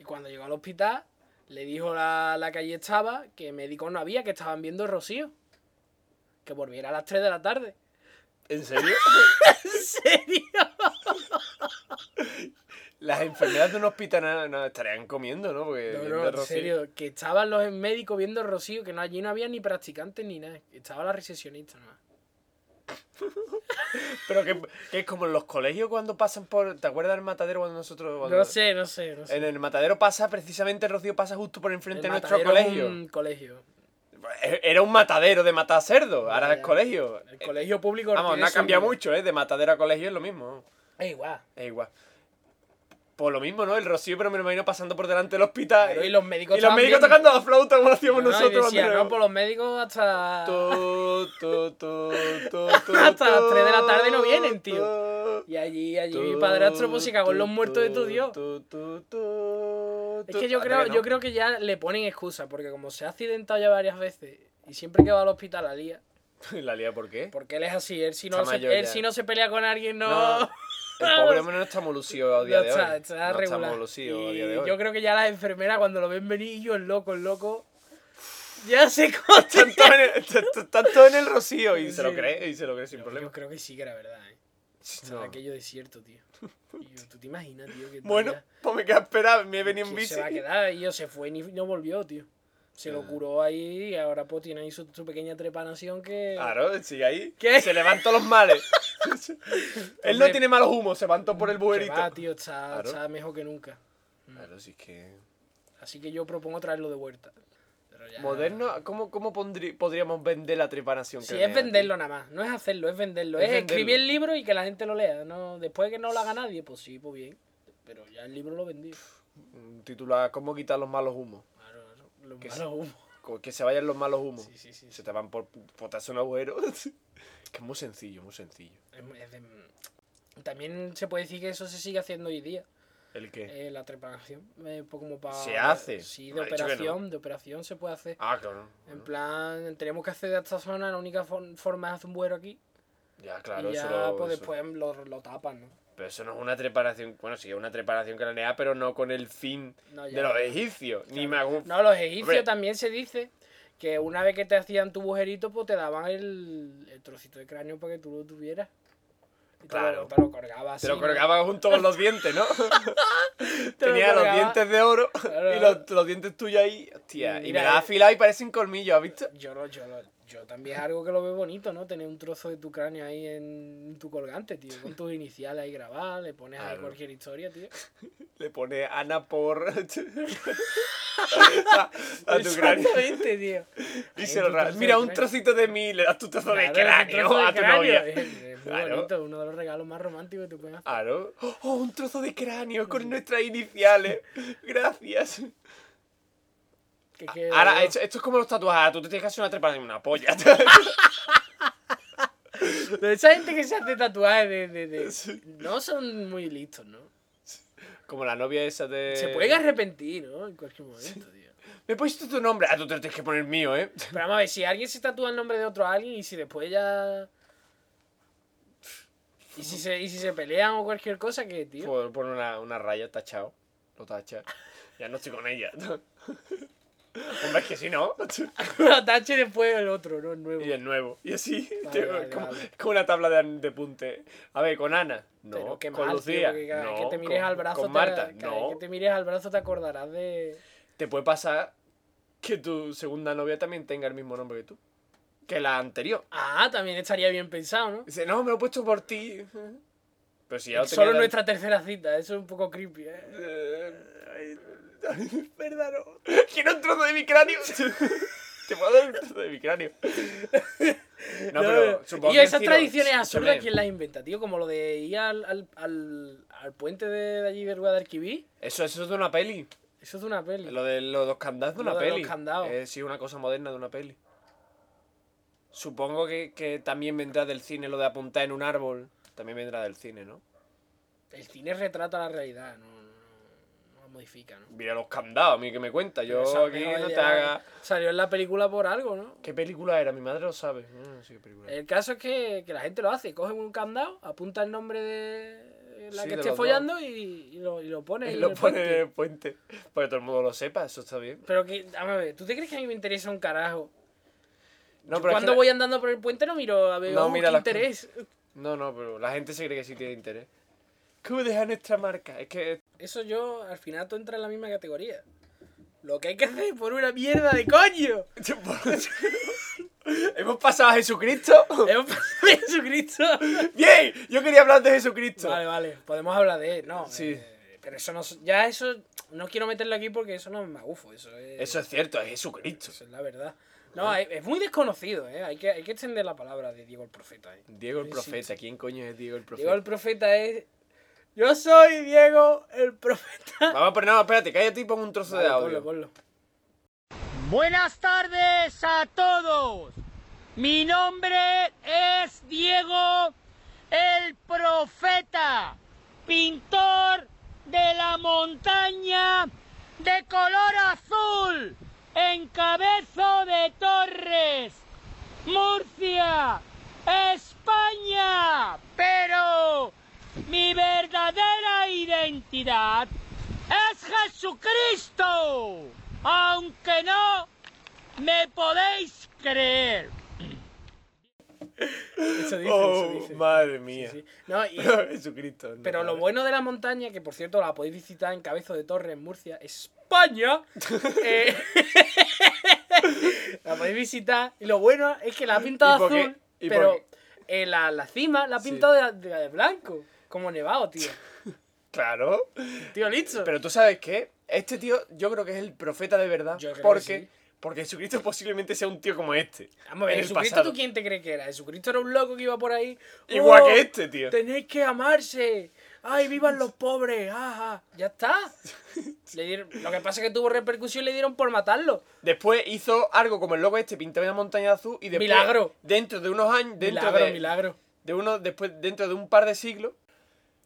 [SPEAKER 1] Y cuando llegó al hospital, le dijo la, la que allí estaba que médicos no había, que estaban viendo Rocío. Que volviera a las 3 de la tarde.
[SPEAKER 2] *laughs* ¿En serio?
[SPEAKER 1] ¿En serio?
[SPEAKER 2] Las enfermedades de un hospital no, no estarían comiendo, ¿no? Porque
[SPEAKER 1] No,
[SPEAKER 2] viendo
[SPEAKER 1] no,
[SPEAKER 2] a
[SPEAKER 1] en
[SPEAKER 2] Rocío-
[SPEAKER 1] serio, que estaban los médicos viendo Rocío, que no, allí no había ni practicantes ni nada. Estaba la recesionista nomás.
[SPEAKER 2] Pero que, que es como en los colegios cuando pasan por... ¿Te acuerdas del matadero cuando nosotros... cuando-
[SPEAKER 1] No sé, no sé, no sé.
[SPEAKER 2] En el matadero pasa, precisamente Rocío pasa justo por enfrente de
[SPEAKER 1] El
[SPEAKER 2] nuestro
[SPEAKER 1] matadero es
[SPEAKER 2] colegio.
[SPEAKER 1] un colegio.
[SPEAKER 2] E- Era un matadero de matar cerdo,
[SPEAKER 1] Ya,
[SPEAKER 2] ahora es
[SPEAKER 1] ya.
[SPEAKER 2] colegio.
[SPEAKER 1] El colegio público.
[SPEAKER 2] Eh, Vamos,
[SPEAKER 1] tiene
[SPEAKER 2] no ha
[SPEAKER 1] su-
[SPEAKER 2] cambiado mucho, ¿eh? De matadero a colegio es lo mismo.
[SPEAKER 1] Es igual.
[SPEAKER 2] Es igual. Por lo mismo, ¿no? El Rocío, pero me lo imagino pasando por delante del hospital.
[SPEAKER 1] Claro, y los médicos
[SPEAKER 2] y los
[SPEAKER 1] estaban
[SPEAKER 2] médicos
[SPEAKER 1] viendo.
[SPEAKER 2] tocando la flauta como lo
[SPEAKER 1] No,
[SPEAKER 2] hacíamos
[SPEAKER 1] no, y
[SPEAKER 2] nosotros. cuando
[SPEAKER 1] decía,
[SPEAKER 2] éramos-
[SPEAKER 1] no, por los médicos hasta.
[SPEAKER 2] *laughs* Tu, tu, tu,
[SPEAKER 1] *laughs*
[SPEAKER 2] tu, tu,
[SPEAKER 1] Hasta las
[SPEAKER 2] tu,
[SPEAKER 1] tres de la tarde no vienen, tío.
[SPEAKER 2] tu,
[SPEAKER 1] Y allí, allí mi
[SPEAKER 2] tu,
[SPEAKER 1] padrastro pues se cagó en los
[SPEAKER 2] tu,
[SPEAKER 1] muertos de tu Dios.
[SPEAKER 2] tu, tu, tu,
[SPEAKER 1] Es
[SPEAKER 2] tu.
[SPEAKER 1] que yo
[SPEAKER 2] Anda
[SPEAKER 1] creo,
[SPEAKER 2] no.
[SPEAKER 1] yo creo que ya le ponen excusa, porque como se ha accidentado ya varias veces, y siempre que va al hospital la lía.
[SPEAKER 2] *laughs* ¿La lía por qué?
[SPEAKER 1] Porque él es así, él si no,
[SPEAKER 2] Está
[SPEAKER 1] se,
[SPEAKER 2] mayor
[SPEAKER 1] él
[SPEAKER 2] ya.
[SPEAKER 1] si no se pelea con alguien no...
[SPEAKER 2] No. El pobre hombre no está muy lucido a día
[SPEAKER 1] no
[SPEAKER 2] de hoy.
[SPEAKER 1] está, está
[SPEAKER 2] no
[SPEAKER 1] regular.
[SPEAKER 2] está muy lucido a
[SPEAKER 1] Y
[SPEAKER 2] día de hoy. *laughs*
[SPEAKER 1] Yo creo que ya las enfermeras cuando lo ven venir, y yo el loco, el loco, ya se
[SPEAKER 2] *laughs*
[SPEAKER 1] cortan.
[SPEAKER 2] Están todos en el- está- está- están todos en el rocío y
[SPEAKER 1] Sí.
[SPEAKER 2] se lo cree, y se lo cree sin
[SPEAKER 1] Yo-
[SPEAKER 2] problema.
[SPEAKER 1] Yo creo que sí que era verdad, ¿eh? O sea,
[SPEAKER 2] No.
[SPEAKER 1] aquello de cierto, tío. Y yo, ¿tú te imaginas, tío? Que
[SPEAKER 2] Bueno,
[SPEAKER 1] todavía-
[SPEAKER 2] pues me queda esperar, me he venido en
[SPEAKER 1] que
[SPEAKER 2] bici.
[SPEAKER 1] se va a quedar y yo se fue y no volvió, tío. Se lo
[SPEAKER 2] Ah.
[SPEAKER 1] curó ahí y ahora pues tiene ahí su, su pequeña trepanación que...
[SPEAKER 2] Claro, sigue ahí.
[SPEAKER 1] ¿Qué?
[SPEAKER 2] Se levantó
[SPEAKER 1] *laughs*
[SPEAKER 2] los males. Él no
[SPEAKER 1] Hombre.
[SPEAKER 2] tiene malos humos, se levantó por el
[SPEAKER 1] que
[SPEAKER 2] buerito.
[SPEAKER 1] va, tío, está,
[SPEAKER 2] Claro.
[SPEAKER 1] está mejor que nunca.
[SPEAKER 2] Claro, sí que.
[SPEAKER 1] Así que yo propongo traerlo de vuelta. Pero ya-
[SPEAKER 2] Moderno, ¿cómo, cómo pondrí- podríamos vender la trepanación?
[SPEAKER 1] Sí,
[SPEAKER 2] craneal,
[SPEAKER 1] es venderlo nada más, no es hacerlo, es venderlo.
[SPEAKER 2] Es
[SPEAKER 1] Es, escribir
[SPEAKER 2] venderlo.
[SPEAKER 1] el libro y que la gente lo lea. No, después que no lo haga nadie, pues sí, pues bien. Pero ya el libro lo vendí.
[SPEAKER 2] tío? Mm, Titular, ¿cómo quitar los malos humos?
[SPEAKER 1] Claro, claro, los
[SPEAKER 2] Que
[SPEAKER 1] malos
[SPEAKER 2] sí.
[SPEAKER 1] humos.
[SPEAKER 2] Co- Que se vayan los malos humos.
[SPEAKER 1] Sí, sí, sí.
[SPEAKER 2] Se te van por botarse un agujero. *laughs* que es muy sencillo, muy sencillo.
[SPEAKER 1] Es- es de- También se puede decir que eso se sigue haciendo hoy día.
[SPEAKER 2] ¿El qué?
[SPEAKER 1] eh, la trepanación. eh, pues como para,
[SPEAKER 2] Se hace.
[SPEAKER 1] Sí, de
[SPEAKER 2] Me ha dicho que no.
[SPEAKER 1] operación, de operación se puede hacer.
[SPEAKER 2] Ah, claro.
[SPEAKER 1] En plan, tenemos que acceder a esta zona, la única for- forma es hacer un buero aquí.
[SPEAKER 2] Ya, claro,
[SPEAKER 1] y ya
[SPEAKER 2] eso lo-
[SPEAKER 1] pues
[SPEAKER 2] eso-
[SPEAKER 1] después lo, lo tapan, ¿no?
[SPEAKER 2] Pero eso no es una trepanación. Bueno, sí, es una trepanación craneal, pero no con el fin
[SPEAKER 1] No, ya,
[SPEAKER 2] de los
[SPEAKER 1] ya.
[SPEAKER 2] egipcios. Ni me hago.
[SPEAKER 1] No, los egipcios
[SPEAKER 2] Hombre.
[SPEAKER 1] también se dice que una vez que te hacían tu bujerito, pues te daban el, el trocito de cráneo para que tú lo tuvieras. Y
[SPEAKER 2] Claro.
[SPEAKER 1] Te lo, te lo colgabas
[SPEAKER 2] Se lo
[SPEAKER 1] así, ¿no?
[SPEAKER 2] colgaba junto con los dientes, ¿no?
[SPEAKER 1] *laughs* Te lo
[SPEAKER 2] *laughs* Tenía los
[SPEAKER 1] colgaba.
[SPEAKER 2] dientes de oro *laughs*
[SPEAKER 1] Claro.
[SPEAKER 2] y los, los dientes tuyos ahí. Hostia, y me
[SPEAKER 1] Mira,
[SPEAKER 2] las
[SPEAKER 1] eh.
[SPEAKER 2] ha afilado y parecen colmillos, ¿has visto?
[SPEAKER 1] Yo, lo- yo, lo- yo también es algo que lo veo bonito, ¿no? Tener un trozo de tu cráneo ahí en tu colgante, tío. Con tus iniciales ahí grabadas, le pones ahí
[SPEAKER 2] Claro.
[SPEAKER 1] cualquier historia, tío.
[SPEAKER 2] Le pone Ana
[SPEAKER 1] *laughs*
[SPEAKER 2] por. *laughs* a, *laughs* a tu cráneo.
[SPEAKER 1] Exactamente,
[SPEAKER 2] *laughs*
[SPEAKER 1] tío.
[SPEAKER 2] Y
[SPEAKER 1] Ahí
[SPEAKER 2] se
[SPEAKER 1] en
[SPEAKER 2] lo
[SPEAKER 1] tu
[SPEAKER 2] ra-
[SPEAKER 1] trozo
[SPEAKER 2] Mira,
[SPEAKER 1] de
[SPEAKER 2] un
[SPEAKER 1] cráneo.
[SPEAKER 2] trocito de mí, le das tu trozo de
[SPEAKER 1] Claro,
[SPEAKER 2] cráneo
[SPEAKER 1] un trozo de
[SPEAKER 2] a tu
[SPEAKER 1] cráneo.
[SPEAKER 2] novia.
[SPEAKER 1] Es, es muy
[SPEAKER 2] Claro.
[SPEAKER 1] bonito, uno de los regalos más románticos que te pueden hacer.
[SPEAKER 2] Ah, ¿no? ¡Oh, un trozo de cráneo
[SPEAKER 1] Mm.
[SPEAKER 2] con nuestras iniciales! Gracias.
[SPEAKER 1] Que- que-
[SPEAKER 2] Ahora, esto, esto es como los tatuajes. Tú te tienes que hacer una trepa en
[SPEAKER 1] *laughs*
[SPEAKER 2] una polla.
[SPEAKER 1] Pero esa gente que se hace tatuajes de, de- de-
[SPEAKER 2] Sí.
[SPEAKER 1] No son muy listos, ¿no?
[SPEAKER 2] como la novia esa de...
[SPEAKER 1] Se pueden arrepentir, ¿no? En cualquier momento, tío.
[SPEAKER 2] Me he puesto tu nombre. Ah, tú te lo tienes que poner mío, ¿eh?
[SPEAKER 1] Pero vamos a ver, si alguien se tatúa el nombre de otro alguien y si después ya... Y si se, y si se pelean o cualquier cosa, que tío?
[SPEAKER 2] Puedo poner una, una raya tachado. Lo tacha. Ya no estoy con ella. *laughs* Hombre, es que si no.
[SPEAKER 1] *laughs* Uno tache y después el otro, ¿no? El nuevo.
[SPEAKER 2] Pues- Y el nuevo. Y así. *laughs*
[SPEAKER 1] Vale,
[SPEAKER 2] tío,
[SPEAKER 1] vale,
[SPEAKER 2] como,
[SPEAKER 1] vale.
[SPEAKER 2] como una tabla de, de punte. A ver, con Ana. No.
[SPEAKER 1] Pero qué
[SPEAKER 2] con
[SPEAKER 1] mal, tío,
[SPEAKER 2] Lucía.
[SPEAKER 1] porque cada vez
[SPEAKER 2] no.
[SPEAKER 1] que te mires
[SPEAKER 2] con,
[SPEAKER 1] al brazo...
[SPEAKER 2] con
[SPEAKER 1] te-
[SPEAKER 2] Marta.
[SPEAKER 1] cada vez
[SPEAKER 2] no.
[SPEAKER 1] que te mires al brazo te acordarás de...
[SPEAKER 2] Te puede pasar que tu segunda novia también tenga el mismo nombre que tú. que la anterior.
[SPEAKER 1] Ah, también estaría bien pensado, ¿no?
[SPEAKER 2] Dice, no, me lo he puesto por ti. *laughs* Pero si ya lo
[SPEAKER 1] Solo
[SPEAKER 2] tenía-
[SPEAKER 1] nuestra tercera cita, eso es un poco creepy, ¿eh?
[SPEAKER 2] Eh, *laughs* ay, *laughs* Verdad, no. Quiero un trozo de mi cráneo. *laughs* Te puedo dar un trozo de
[SPEAKER 1] *laughs*
[SPEAKER 2] mi cráneo. No, pero supongo
[SPEAKER 1] eh, y
[SPEAKER 2] que
[SPEAKER 1] esas
[SPEAKER 2] si lo-
[SPEAKER 1] tradiciones
[SPEAKER 2] escúchame,
[SPEAKER 1] absurdas, ¿quién las inventa, tío? Como lo de ir al, al, al, al puente de, de allí de Guadalquivir.
[SPEAKER 2] Eso, eso es de una peli.
[SPEAKER 1] Eso es de una peli.
[SPEAKER 2] Lo de los dos candados de
[SPEAKER 1] Lo
[SPEAKER 2] una
[SPEAKER 1] de los
[SPEAKER 2] peli.
[SPEAKER 1] candados.
[SPEAKER 2] Eh, sí, una cosa moderna de una peli. Supongo que, que también vendrá del cine lo de apuntar en un árbol. También vendrá del cine, ¿no?
[SPEAKER 1] El cine retrata la realidad, no, no, no la modifica, ¿no?
[SPEAKER 2] Mira los candados, a mí que me cuenta. Yo
[SPEAKER 1] Pero esa
[SPEAKER 2] aquí
[SPEAKER 1] peli
[SPEAKER 2] no te
[SPEAKER 1] ya
[SPEAKER 2] haga.
[SPEAKER 1] Salió en la película por algo, ¿no?
[SPEAKER 2] ¿Qué película era? Mi madre lo sabe. No, no sé qué película era.
[SPEAKER 1] El caso es que, que la gente lo hace, cogen un candado, apunta el nombre de la
[SPEAKER 2] Sí,
[SPEAKER 1] que
[SPEAKER 2] de
[SPEAKER 1] esté
[SPEAKER 2] los
[SPEAKER 1] follando y, y lo, y lo pone.
[SPEAKER 2] Y
[SPEAKER 1] ahí en
[SPEAKER 2] *laughs* lo
[SPEAKER 1] el
[SPEAKER 2] pone en
[SPEAKER 1] puente.
[SPEAKER 2] el puente. Para que todo el mundo lo sepa, eso está bien.
[SPEAKER 1] Pero que, vamos a ver, ¿tú te crees que a mí me interesa un carajo?
[SPEAKER 2] No,
[SPEAKER 1] Yo
[SPEAKER 2] pero es
[SPEAKER 1] cuando
[SPEAKER 2] que la-
[SPEAKER 1] voy andando por el puente no miro a ver
[SPEAKER 2] No,
[SPEAKER 1] oh,
[SPEAKER 2] mira
[SPEAKER 1] qué
[SPEAKER 2] las
[SPEAKER 1] interés.
[SPEAKER 2] No, no, pero la gente se cree que sí tiene interés. ¿Cómo dejar nuestra marca? Es que *laughs*
[SPEAKER 1] Eso yo, al final, todo entra en la misma categoría. Lo que hay que hacer por una mierda de coño.
[SPEAKER 2] hemos pasado
[SPEAKER 1] *laughs*
[SPEAKER 2] a Jesucristo.
[SPEAKER 1] Hemos pasado de Jesucristo.
[SPEAKER 2] Bien, yo quería hablar de Jesucristo.
[SPEAKER 1] Vale, vale, podemos hablar de él, ¿no?
[SPEAKER 2] Sí.
[SPEAKER 1] eh, pero eso no. Ya eso. No quiero meterlo aquí porque eso no es magufo. Eso es.
[SPEAKER 2] Eso es cierto, es Jesucristo.
[SPEAKER 1] eso es la verdad. No, es, es muy desconocido, ¿eh? Hay que, hay que extender la palabra de Diego el Profeta. ¿eh?
[SPEAKER 2] Diego el
[SPEAKER 1] Sí,
[SPEAKER 2] profeta, ¿quién coño es Diego el profeta?
[SPEAKER 1] Diego el Profeta es. Yo soy Diego el Profeta.
[SPEAKER 2] Vamos a poner, no, espérate, cállate y pon un trozo de
[SPEAKER 1] Vale,
[SPEAKER 2] audio.
[SPEAKER 1] ponlo, ponlo.
[SPEAKER 3] Buenas tardes a todos. Mi nombre es Diego el Profeta, pintor de la montaña de color azul, encabezo de torres, Murcia, España. Pero mi verdadera identidad es Jesucristo, aunque no me podéis creer.
[SPEAKER 1] Eso dice,
[SPEAKER 2] Oh,
[SPEAKER 1] eso dice.
[SPEAKER 2] madre
[SPEAKER 1] Sí,
[SPEAKER 2] mía. *laughs*
[SPEAKER 1] sí. No, y-
[SPEAKER 2] Jesucristo. no,
[SPEAKER 1] pero lo
[SPEAKER 2] madre.
[SPEAKER 1] bueno de la montaña, que por cierto la podéis visitar en Cabezo de Torre, en Murcia,
[SPEAKER 2] *laughs*
[SPEAKER 1] España. eh, *laughs* la podéis visitar. Y lo bueno es que la ha
[SPEAKER 2] ¿Y
[SPEAKER 1] pintado
[SPEAKER 2] por qué?
[SPEAKER 1] azul,
[SPEAKER 2] ¿Y por
[SPEAKER 1] pero
[SPEAKER 2] qué?
[SPEAKER 1] eh, la, la cima la ha
[SPEAKER 2] Sí.
[SPEAKER 1] pintado de, de- de blanco. Como nevado, tío.
[SPEAKER 2] Claro.
[SPEAKER 1] Tío, listo.
[SPEAKER 2] Pero tú sabes qué, este tío yo creo que es el profeta de verdad.
[SPEAKER 1] Yo creo que
[SPEAKER 2] porque,
[SPEAKER 1] sí.
[SPEAKER 2] porque Jesucristo posiblemente sea un tío como este.
[SPEAKER 1] Vamos a ver,
[SPEAKER 2] en el
[SPEAKER 1] Jesucristo,
[SPEAKER 2] pasado.
[SPEAKER 1] ¿tú quién te crees que era? Jesucristo era un loco que iba por ahí.
[SPEAKER 2] Igual
[SPEAKER 1] ¡Oh,
[SPEAKER 2] que este, tío.
[SPEAKER 1] Tenéis que amarse. ¡Ay, vivan
[SPEAKER 2] *laughs*
[SPEAKER 1] los pobres! ¡Ajá! ¡Ya está! Le dieron- lo que pasa es que tuvo repercusión y le dieron por matarlo.
[SPEAKER 2] Después hizo algo como el loco este, pintaba una montaña azul y después
[SPEAKER 1] Milagro.
[SPEAKER 2] dentro de unos años, dentro
[SPEAKER 1] milagro,
[SPEAKER 2] de,
[SPEAKER 1] milagro.
[SPEAKER 2] de uno, después dentro de un par de siglos,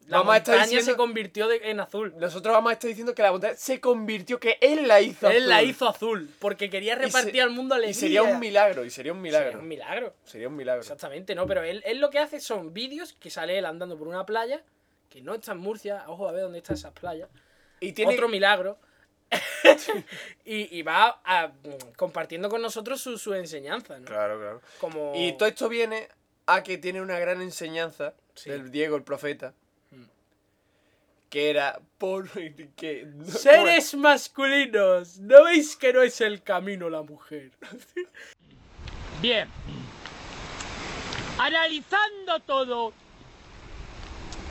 [SPEAKER 1] La
[SPEAKER 2] vamos a estar
[SPEAKER 1] montaña
[SPEAKER 2] diciendo,
[SPEAKER 1] se convirtió de- en azul.
[SPEAKER 2] nosotros vamos a estar diciendo que la montaña se convirtió, que él la hizo.
[SPEAKER 1] Él la
[SPEAKER 2] azul.
[SPEAKER 1] hizo azul porque quería
[SPEAKER 2] Y se-
[SPEAKER 1] repartir al mundo alegría.
[SPEAKER 2] Y sería un milagro, y sería un
[SPEAKER 1] Sería
[SPEAKER 2] milagro.
[SPEAKER 1] un milagro.
[SPEAKER 2] Sería un milagro.
[SPEAKER 1] Exactamente, no, pero él, él lo que hace son vídeos que sale él andando por una playa, que no está en Murcia, ojo a ver dónde están esas playas.
[SPEAKER 2] Y tiene
[SPEAKER 1] otro
[SPEAKER 2] *laughs*
[SPEAKER 1] milagro. *laughs* y, y va a- mm, compartiendo con nosotros su, su enseñanza, ¿no?
[SPEAKER 2] Claro, claro.
[SPEAKER 1] Como...
[SPEAKER 2] Y todo esto viene a que tiene una gran enseñanza
[SPEAKER 1] Sí.
[SPEAKER 2] del Diego el profeta.
[SPEAKER 1] Mm.
[SPEAKER 2] Que era por. *laughs* Que, no- *laughs*
[SPEAKER 1] Seres masculinos, ¿no veis que no es el camino la mujer?
[SPEAKER 3] *laughs* Bien. Analizando todo,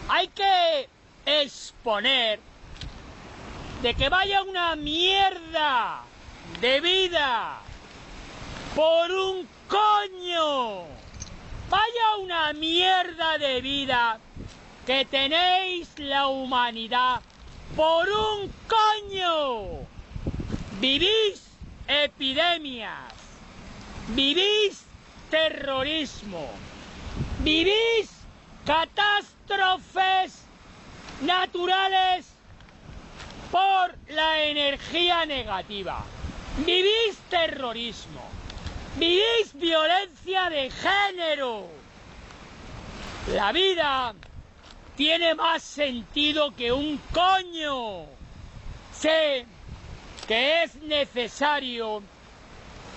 [SPEAKER 3] hay que exponer de que vaya una mierda de vida por un coño. Vaya una mierda de vida que tenéis la humanidad por un coño. Vivís epidemias. Vivís terrorismo. Vivís catástrofes naturales por la energía negativa. Vivís terrorismo. Vivís violencia de género. La vida tiene más sentido que un coño. Sé que es necesario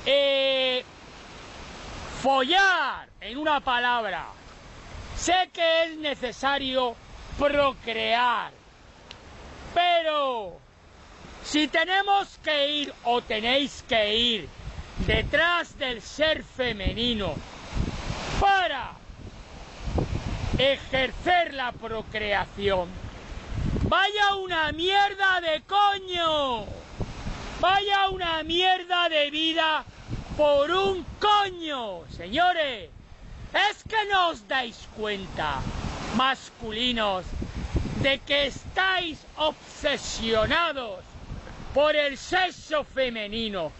[SPEAKER 3] eh, follar, en una palabra. Sé que es necesario procrear, pero si tenemos que ir o tenéis que ir
[SPEAKER 1] detrás del ser femenino para ejercer la procreación. Vaya una mierda de coño. Vaya una mierda de vida por un coño, señores. Es que no os dais cuenta, masculinos, de que estáis obsesionados por el sexo femenino.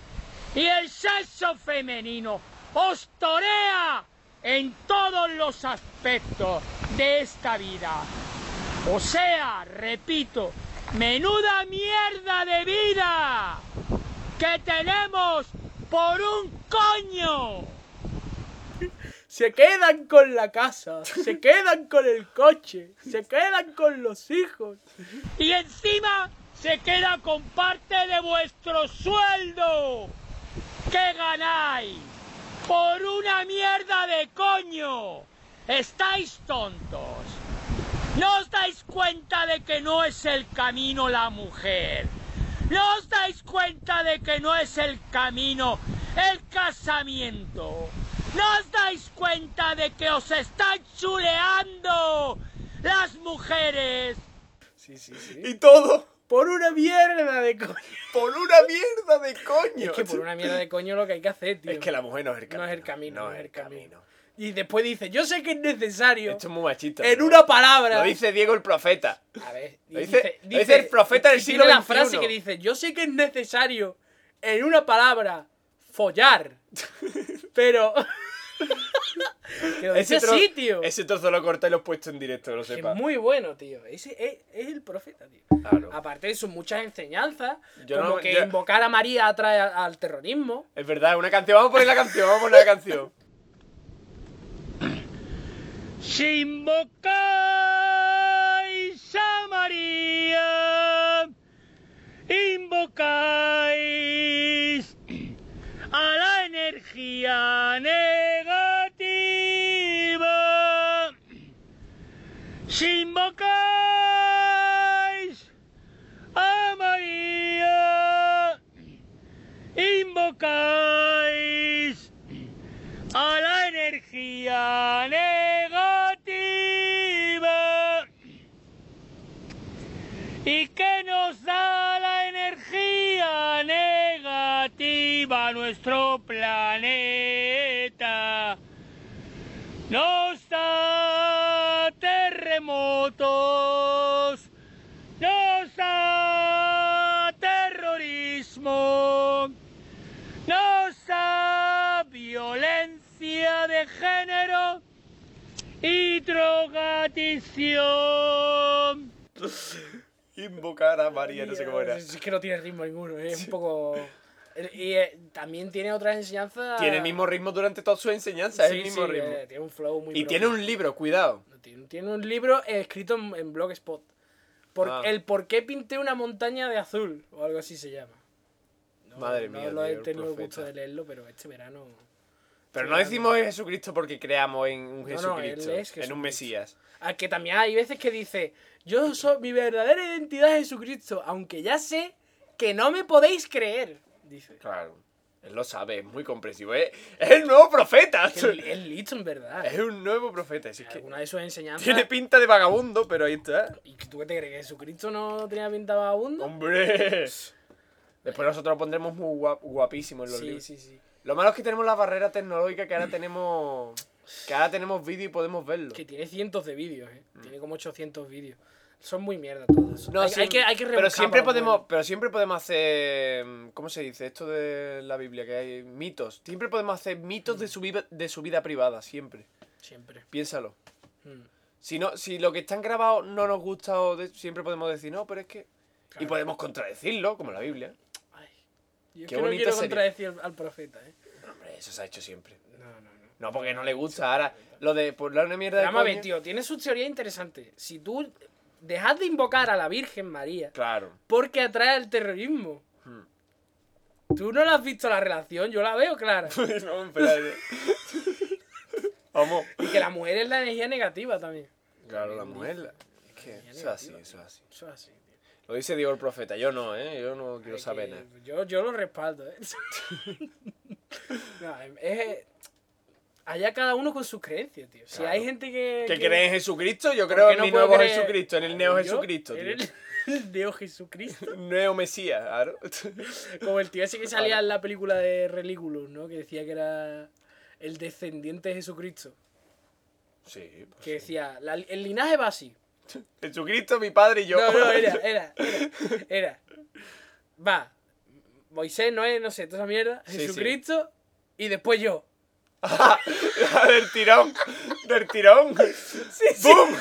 [SPEAKER 1] Y el sexo femenino os torea en todos los aspectos de esta vida. O sea, repito, menuda mierda de vida que tenemos por un coño.
[SPEAKER 4] Se quedan con la casa, se quedan con el coche, se quedan con los hijos.
[SPEAKER 1] Y encima se queda con parte de vuestro sueldo que ganáis por una mierda de coño. Estáis tontos. No os dais cuenta de que no es el camino la mujer. No os dais cuenta de que no es el camino el casamiento. No os dais cuenta de que os están chuleando las mujeres.
[SPEAKER 4] Sí, sí, sí.
[SPEAKER 2] Y todo
[SPEAKER 4] Por una mierda de coño.
[SPEAKER 2] *laughs* por una mierda de coño.
[SPEAKER 4] Es que por una mierda de coño lo que hay que hacer, tío.
[SPEAKER 2] Es que la mujer no es
[SPEAKER 4] No
[SPEAKER 2] el camino.
[SPEAKER 4] es el camino,
[SPEAKER 2] No es el camino.
[SPEAKER 4] Y después dice, yo sé que es necesario.
[SPEAKER 2] Esto es muy machista.
[SPEAKER 4] en
[SPEAKER 2] pero-
[SPEAKER 4] una palabra.
[SPEAKER 2] Lo dice Diego el profeta.
[SPEAKER 4] A ver, y
[SPEAKER 2] Lo dice- lo dice el profeta del
[SPEAKER 4] y
[SPEAKER 2] siglo
[SPEAKER 4] tiene la
[SPEAKER 2] XXI.
[SPEAKER 4] frase que dice, yo sé que es necesario, en una palabra,
[SPEAKER 2] *laughs*
[SPEAKER 4] follar. Pero... *laughs* que lo dice
[SPEAKER 2] trozo-
[SPEAKER 4] así, tío.
[SPEAKER 2] Ese trozo lo corta y lo he puesto en directo, lo
[SPEAKER 4] Que es
[SPEAKER 2] sepa.
[SPEAKER 4] muy bueno, tío. Ese es, es el profeta, tío.
[SPEAKER 2] Claro.
[SPEAKER 4] Aparte de sus muchas enseñanzas,
[SPEAKER 2] Yo
[SPEAKER 4] como
[SPEAKER 2] no-
[SPEAKER 4] que
[SPEAKER 2] yo-
[SPEAKER 4] invocar a María atrae al, al terrorismo.
[SPEAKER 2] Es verdad, una canción. Vamos a poner la canción, vamos a poner
[SPEAKER 4] *laughs*
[SPEAKER 2] la canción.
[SPEAKER 1] Si invocáis a María, invocáis a la energía negativa. Si invocáis a María, invocáis a la energía negativa. ¿Y qué nos da la energía negativa a nuestro planeta? Nos da terremotos, nos da terrorismo, nos da violencia de género y drogadicción.
[SPEAKER 2] Invocar a María, no sé cómo era.
[SPEAKER 4] Es que no tiene ritmo ninguno, eh, es un poco... Y eh, también tiene otras enseñanzas...
[SPEAKER 2] Tiene el mismo ritmo durante toda su enseñanza, es el
[SPEAKER 4] Sí,
[SPEAKER 2] mismo
[SPEAKER 4] sí,
[SPEAKER 2] ritmo.
[SPEAKER 4] eh, tiene un flow muy
[SPEAKER 2] y
[SPEAKER 4] propio.
[SPEAKER 2] tiene un libro, cuidado.
[SPEAKER 4] Tiene, tiene un libro eh, escrito en, en Blogspot. Por,
[SPEAKER 2] Ah.
[SPEAKER 4] El por qué pinté una montaña de azul, o algo así se llama. No,
[SPEAKER 2] Madre
[SPEAKER 4] no
[SPEAKER 2] mía,
[SPEAKER 4] lo he
[SPEAKER 2] tío, el
[SPEAKER 4] tenido el
[SPEAKER 2] profeta.
[SPEAKER 4] gusto de leerlo, pero este verano.
[SPEAKER 2] Pero
[SPEAKER 4] Sí,
[SPEAKER 2] no
[SPEAKER 4] grande.
[SPEAKER 2] decimos en Jesucristo porque creamos en
[SPEAKER 4] No, no,
[SPEAKER 2] un
[SPEAKER 4] él es
[SPEAKER 2] Jesucristo, en
[SPEAKER 4] Jesucristo.
[SPEAKER 2] un Mesías.
[SPEAKER 4] A que también hay veces que dice: Yo soy mi verdadera identidad es Jesucristo, aunque ya sé que no me podéis creer. Dice.
[SPEAKER 2] Claro, él lo sabe, es muy comprensivo. Es, es el nuevo profeta.
[SPEAKER 4] Es, es listo, en verdad.
[SPEAKER 2] *laughs* Es un nuevo profeta. así que
[SPEAKER 4] Alguna de sus enseñanzas.
[SPEAKER 2] tiene pinta de vagabundo, pero ahí está.
[SPEAKER 4] ¿Y tú qué te crees? ¿Que Jesucristo no tenía pinta vagabundo?
[SPEAKER 2] ¡Hombre! Después nosotros lo pondremos muy guap- guapísimo en los
[SPEAKER 4] Sí,
[SPEAKER 2] libros.
[SPEAKER 4] sí, sí.
[SPEAKER 2] Lo malo es que tenemos la barrera tecnológica que ahora tenemos. Que ahora tenemos vídeo y podemos verlo.
[SPEAKER 4] Que tiene cientos de vídeos, ¿eh? Tiene como 800 vídeos. Son muy mierda todos.
[SPEAKER 2] Mm. No,
[SPEAKER 4] hay,
[SPEAKER 2] sí,
[SPEAKER 4] hay que, hay que
[SPEAKER 2] pero
[SPEAKER 4] rebuscar
[SPEAKER 2] siempre
[SPEAKER 4] para lo
[SPEAKER 2] podemos
[SPEAKER 4] bueno.
[SPEAKER 2] pero siempre podemos hacer mm, cómo se dice esto de la Biblia que hay mitos siempre podemos hacer mitos de su vida de su vida privada siempre
[SPEAKER 4] Siempre.
[SPEAKER 2] piénsalo
[SPEAKER 4] Mm.
[SPEAKER 2] si no si lo que están grabados no nos gusta o de- siempre podemos decir no pero es que y
[SPEAKER 4] Claro.
[SPEAKER 2] podemos contradecirlo como la Biblia
[SPEAKER 4] Ay. Yo es que
[SPEAKER 2] Qué
[SPEAKER 4] no
[SPEAKER 2] bonita
[SPEAKER 4] quiero
[SPEAKER 2] serie.
[SPEAKER 4] contradecir al, al profeta, ¿eh?
[SPEAKER 2] No, hombre eso se ha hecho siempre
[SPEAKER 4] No, no, no.
[SPEAKER 2] no porque no le gusta ahora lo de por una mierda de
[SPEAKER 4] Pero vamos a ver,
[SPEAKER 2] coño-
[SPEAKER 4] tío. Tiene sus teorías interesantes. Si tú dejas de invocar a la Virgen María
[SPEAKER 1] *laughs*
[SPEAKER 2] claro
[SPEAKER 4] porque atrae el terrorismo.
[SPEAKER 2] Hmm.
[SPEAKER 4] Tú no la has visto la relación, yo la veo clara.
[SPEAKER 2] No, espérate. *laughs* vamos
[SPEAKER 4] y que la mujer es la energía negativa también.
[SPEAKER 2] claro la mujer la- es que eso es así eso es así
[SPEAKER 4] Eso es así, tío.
[SPEAKER 2] Lo dice Diego el profeta, yo no, ¿eh? Yo no quiero
[SPEAKER 4] Hay
[SPEAKER 2] saber
[SPEAKER 4] que-
[SPEAKER 2] nada.
[SPEAKER 4] Yo, yo lo respaldo, ¿eh?
[SPEAKER 1] No, es- allá cada uno con sus creencias, tío. Si
[SPEAKER 2] Claro.
[SPEAKER 1] hay gente que...
[SPEAKER 2] Que cree en Jesucristo, yo
[SPEAKER 1] ¿por
[SPEAKER 2] creo
[SPEAKER 1] qué
[SPEAKER 2] en
[SPEAKER 1] no
[SPEAKER 2] mi
[SPEAKER 1] puedo
[SPEAKER 2] nuevo
[SPEAKER 1] creer
[SPEAKER 2] Jesucristo, en el neo
[SPEAKER 1] yo?
[SPEAKER 2] Jesucristo,
[SPEAKER 1] En
[SPEAKER 2] tío. *laughs*
[SPEAKER 4] *laughs*
[SPEAKER 1] el- el neo Jesucristo.
[SPEAKER 2] Neo
[SPEAKER 1] *laughs*
[SPEAKER 2] Mesías, claro.
[SPEAKER 1] Como el tío ese que salía en la película de Reliculus, ¿no? Que decía que era el descendiente de Jesucristo.
[SPEAKER 2] Sí, pues
[SPEAKER 1] Que
[SPEAKER 2] sí.
[SPEAKER 1] decía, "La- el linaje va así.
[SPEAKER 2] Jesucristo, mi padre y yo.
[SPEAKER 1] No, no,
[SPEAKER 2] *laughs*
[SPEAKER 1] era, era, era, era. Va, Moisés, Noé, no sé, toda esa mierda,
[SPEAKER 2] Sí, sí.
[SPEAKER 1] Jesucristo y después yo.
[SPEAKER 2] del tirón, del tirón. ¡Bum!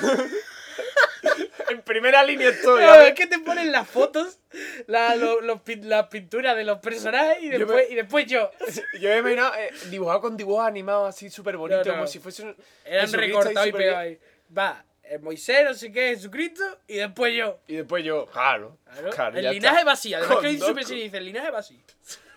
[SPEAKER 2] *laughs* en primera línea estoy.
[SPEAKER 1] Pero
[SPEAKER 2] ¿vale?
[SPEAKER 1] es que te ponen las fotos, la, lo- los pin- las pinturas de los personajes y
[SPEAKER 2] Yo me-
[SPEAKER 1] después, y después yo.
[SPEAKER 2] *laughs* Yo me imaginaba eh, dibujado con dibujos animados así súper bonitos,
[SPEAKER 1] No, no.
[SPEAKER 2] como si fuese un.
[SPEAKER 1] Eran
[SPEAKER 2] Jesucristo ahí
[SPEAKER 1] recortados y
[SPEAKER 2] súper bien.
[SPEAKER 1] pegados ahí. Va, eh, Moisés, no sé qué, Jesucristo y después yo.
[SPEAKER 2] Y después yo, claro.
[SPEAKER 1] Claro,
[SPEAKER 2] claro,
[SPEAKER 1] el
[SPEAKER 2] ya
[SPEAKER 1] linaje
[SPEAKER 2] está.
[SPEAKER 1] vacío, además que hay un
[SPEAKER 2] Condoco.
[SPEAKER 1] super sí, dice, el linaje vacío.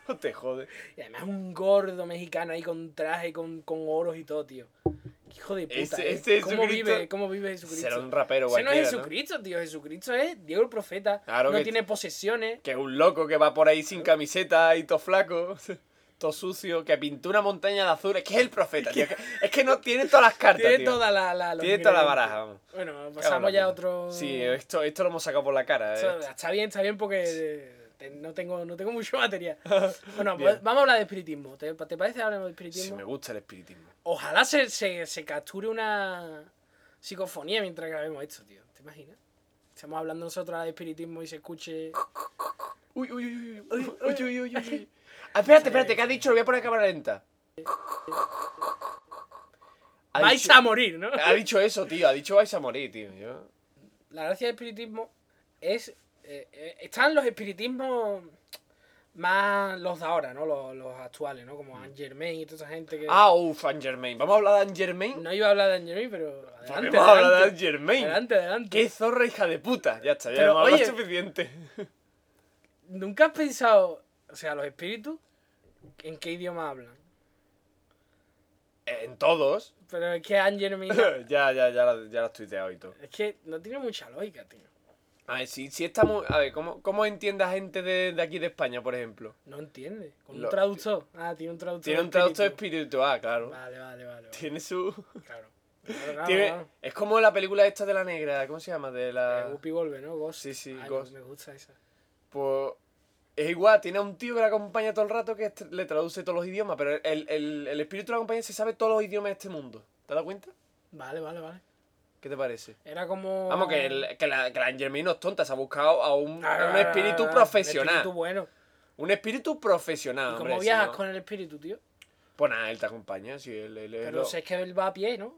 [SPEAKER 2] No *laughs* te jode.
[SPEAKER 1] Y además un gordo mexicano ahí con traje, con, con oros y todo, tío. Qué Hijo de puta.
[SPEAKER 2] Ese-
[SPEAKER 1] ¿eh?
[SPEAKER 2] ese
[SPEAKER 1] ¿Cómo,
[SPEAKER 2] Jesucristo-
[SPEAKER 1] vive, ¿Cómo vive Jesucristo?
[SPEAKER 2] Será un rapero
[SPEAKER 1] Ese no es
[SPEAKER 2] cualquiera, ¿no?
[SPEAKER 1] Jesucristo, tío. Jesucristo es Diego el Profeta.
[SPEAKER 2] Claro
[SPEAKER 1] no
[SPEAKER 2] que-
[SPEAKER 1] tiene posesiones.
[SPEAKER 2] Que es un loco que va por ahí sin camiseta y todo flaco, *laughs* todo sucio, que pintó una montaña de azul. Es que es el profeta, tío. Es que, es que no tiene todas las cartas.
[SPEAKER 1] Tiene
[SPEAKER 2] tío.
[SPEAKER 1] toda la, la- los
[SPEAKER 2] Tiene toda la
[SPEAKER 1] ingredientes.
[SPEAKER 2] baraja, vamos.
[SPEAKER 1] Bueno,
[SPEAKER 2] Cago en
[SPEAKER 1] pasamos
[SPEAKER 2] la
[SPEAKER 1] ya a
[SPEAKER 2] puta.
[SPEAKER 1] otro.
[SPEAKER 2] Sí, esto, esto lo hemos sacado por la cara.
[SPEAKER 1] Eso-
[SPEAKER 2] eh.
[SPEAKER 1] Está bien, está bien porque eh, te- no, tengo, no tengo mucho *laughs*
[SPEAKER 2] *laughs*
[SPEAKER 1] material. Bueno,
[SPEAKER 2] Bien.
[SPEAKER 1] va- vamos a hablar de espiritismo. ¿Te, te parece que hablemos de espiritismo?
[SPEAKER 2] Sí, me gusta el espiritismo.
[SPEAKER 1] Ojalá se, se, se capture una psicofonía mientras grabemos esto, tío. ¿Te imaginas? Estamos hablando nosotros ahora de espiritismo y se escuche.
[SPEAKER 2] Uy, uy, uy, uy, uy, uy, uy, uy, uy. Ah, espérate, espérate, ¿qué ha dicho? Lo voy a poner a cámara lenta. Ha
[SPEAKER 1] Vais
[SPEAKER 2] dicho-
[SPEAKER 1] a morir, ¿no?
[SPEAKER 2] Ha dicho eso, tío. Ha dicho vais a morir, tío. Yo-
[SPEAKER 1] La gracia del espiritismo es. eh, eh, están los espiritismos más los de ahora, ¿no? Los, los actuales, ¿no? Como Anne Germain y toda esa gente que.
[SPEAKER 2] Mm. Ah, uff, Anne Germain. Vamos a hablar de Anne Germain. Pues
[SPEAKER 1] No iba a hablar de Anne Germain, pero. Adelante,
[SPEAKER 2] Vamos a hablar de Anne
[SPEAKER 1] adelante.
[SPEAKER 2] Germain.
[SPEAKER 1] Adelante, adelante.
[SPEAKER 2] ¡Qué zorra hija de puta! Ya está, ya
[SPEAKER 1] Pero,
[SPEAKER 2] hemos hablado
[SPEAKER 1] oye.
[SPEAKER 2] suficiente. *laughs*
[SPEAKER 1] ¿Nunca has pensado, o sea, los espíritus, en qué idioma hablan?
[SPEAKER 2] En todos.
[SPEAKER 1] Pero es que Anne Germain.
[SPEAKER 2] *laughs* ya, ya, ya, la- ya las tuiteado y todo.
[SPEAKER 1] es que no tiene mucha lógica, tío.
[SPEAKER 2] A ver, si, si estamos. A ver, ¿cómo, cómo entiende a gente de, de aquí de España, por ejemplo?
[SPEAKER 1] No entiende. Con
[SPEAKER 2] Lo-
[SPEAKER 1] un traductor. Ah, tiene un traductor.
[SPEAKER 2] Tiene un traductor espiritual, claro.
[SPEAKER 1] Vale, vale, vale. vale.
[SPEAKER 2] Tiene su.
[SPEAKER 1] Claro. Claro, claro,
[SPEAKER 2] tiene-
[SPEAKER 1] claro.
[SPEAKER 2] Es como la película esta de la negra, ¿cómo se llama? De la.
[SPEAKER 1] Eh, Guppy Golbe, ¿no? Ghost.
[SPEAKER 2] Ah. Sí, sí,
[SPEAKER 1] Ay,
[SPEAKER 2] Ghost.
[SPEAKER 1] Me gusta esa.
[SPEAKER 2] Pues. Es igual, tiene a un tío que la acompaña todo el rato que est- le traduce todos los idiomas, pero el, el, el espíritu de la compañía se sabe todos los idiomas de este mundo. ¿Te das cuenta?
[SPEAKER 1] Vale, vale, vale.
[SPEAKER 2] ¿Qué te parece?
[SPEAKER 1] Era como.
[SPEAKER 2] Vamos, que, el- que la, que la Angelmino es tonta, se ha buscado a un,
[SPEAKER 1] Ah,
[SPEAKER 2] a un espíritu
[SPEAKER 1] un
[SPEAKER 2] profesional.
[SPEAKER 1] espíritu bueno.
[SPEAKER 2] Un espíritu profesional,
[SPEAKER 1] ¿Y
[SPEAKER 2] hombre.
[SPEAKER 1] cómo
[SPEAKER 2] si
[SPEAKER 1] viajas
[SPEAKER 2] no-
[SPEAKER 1] con el espíritu, tío?
[SPEAKER 2] Pues nada, él te acompaña, si él, él- él
[SPEAKER 1] Pero
[SPEAKER 2] lo-
[SPEAKER 1] sé es que él va a pie, ¿no?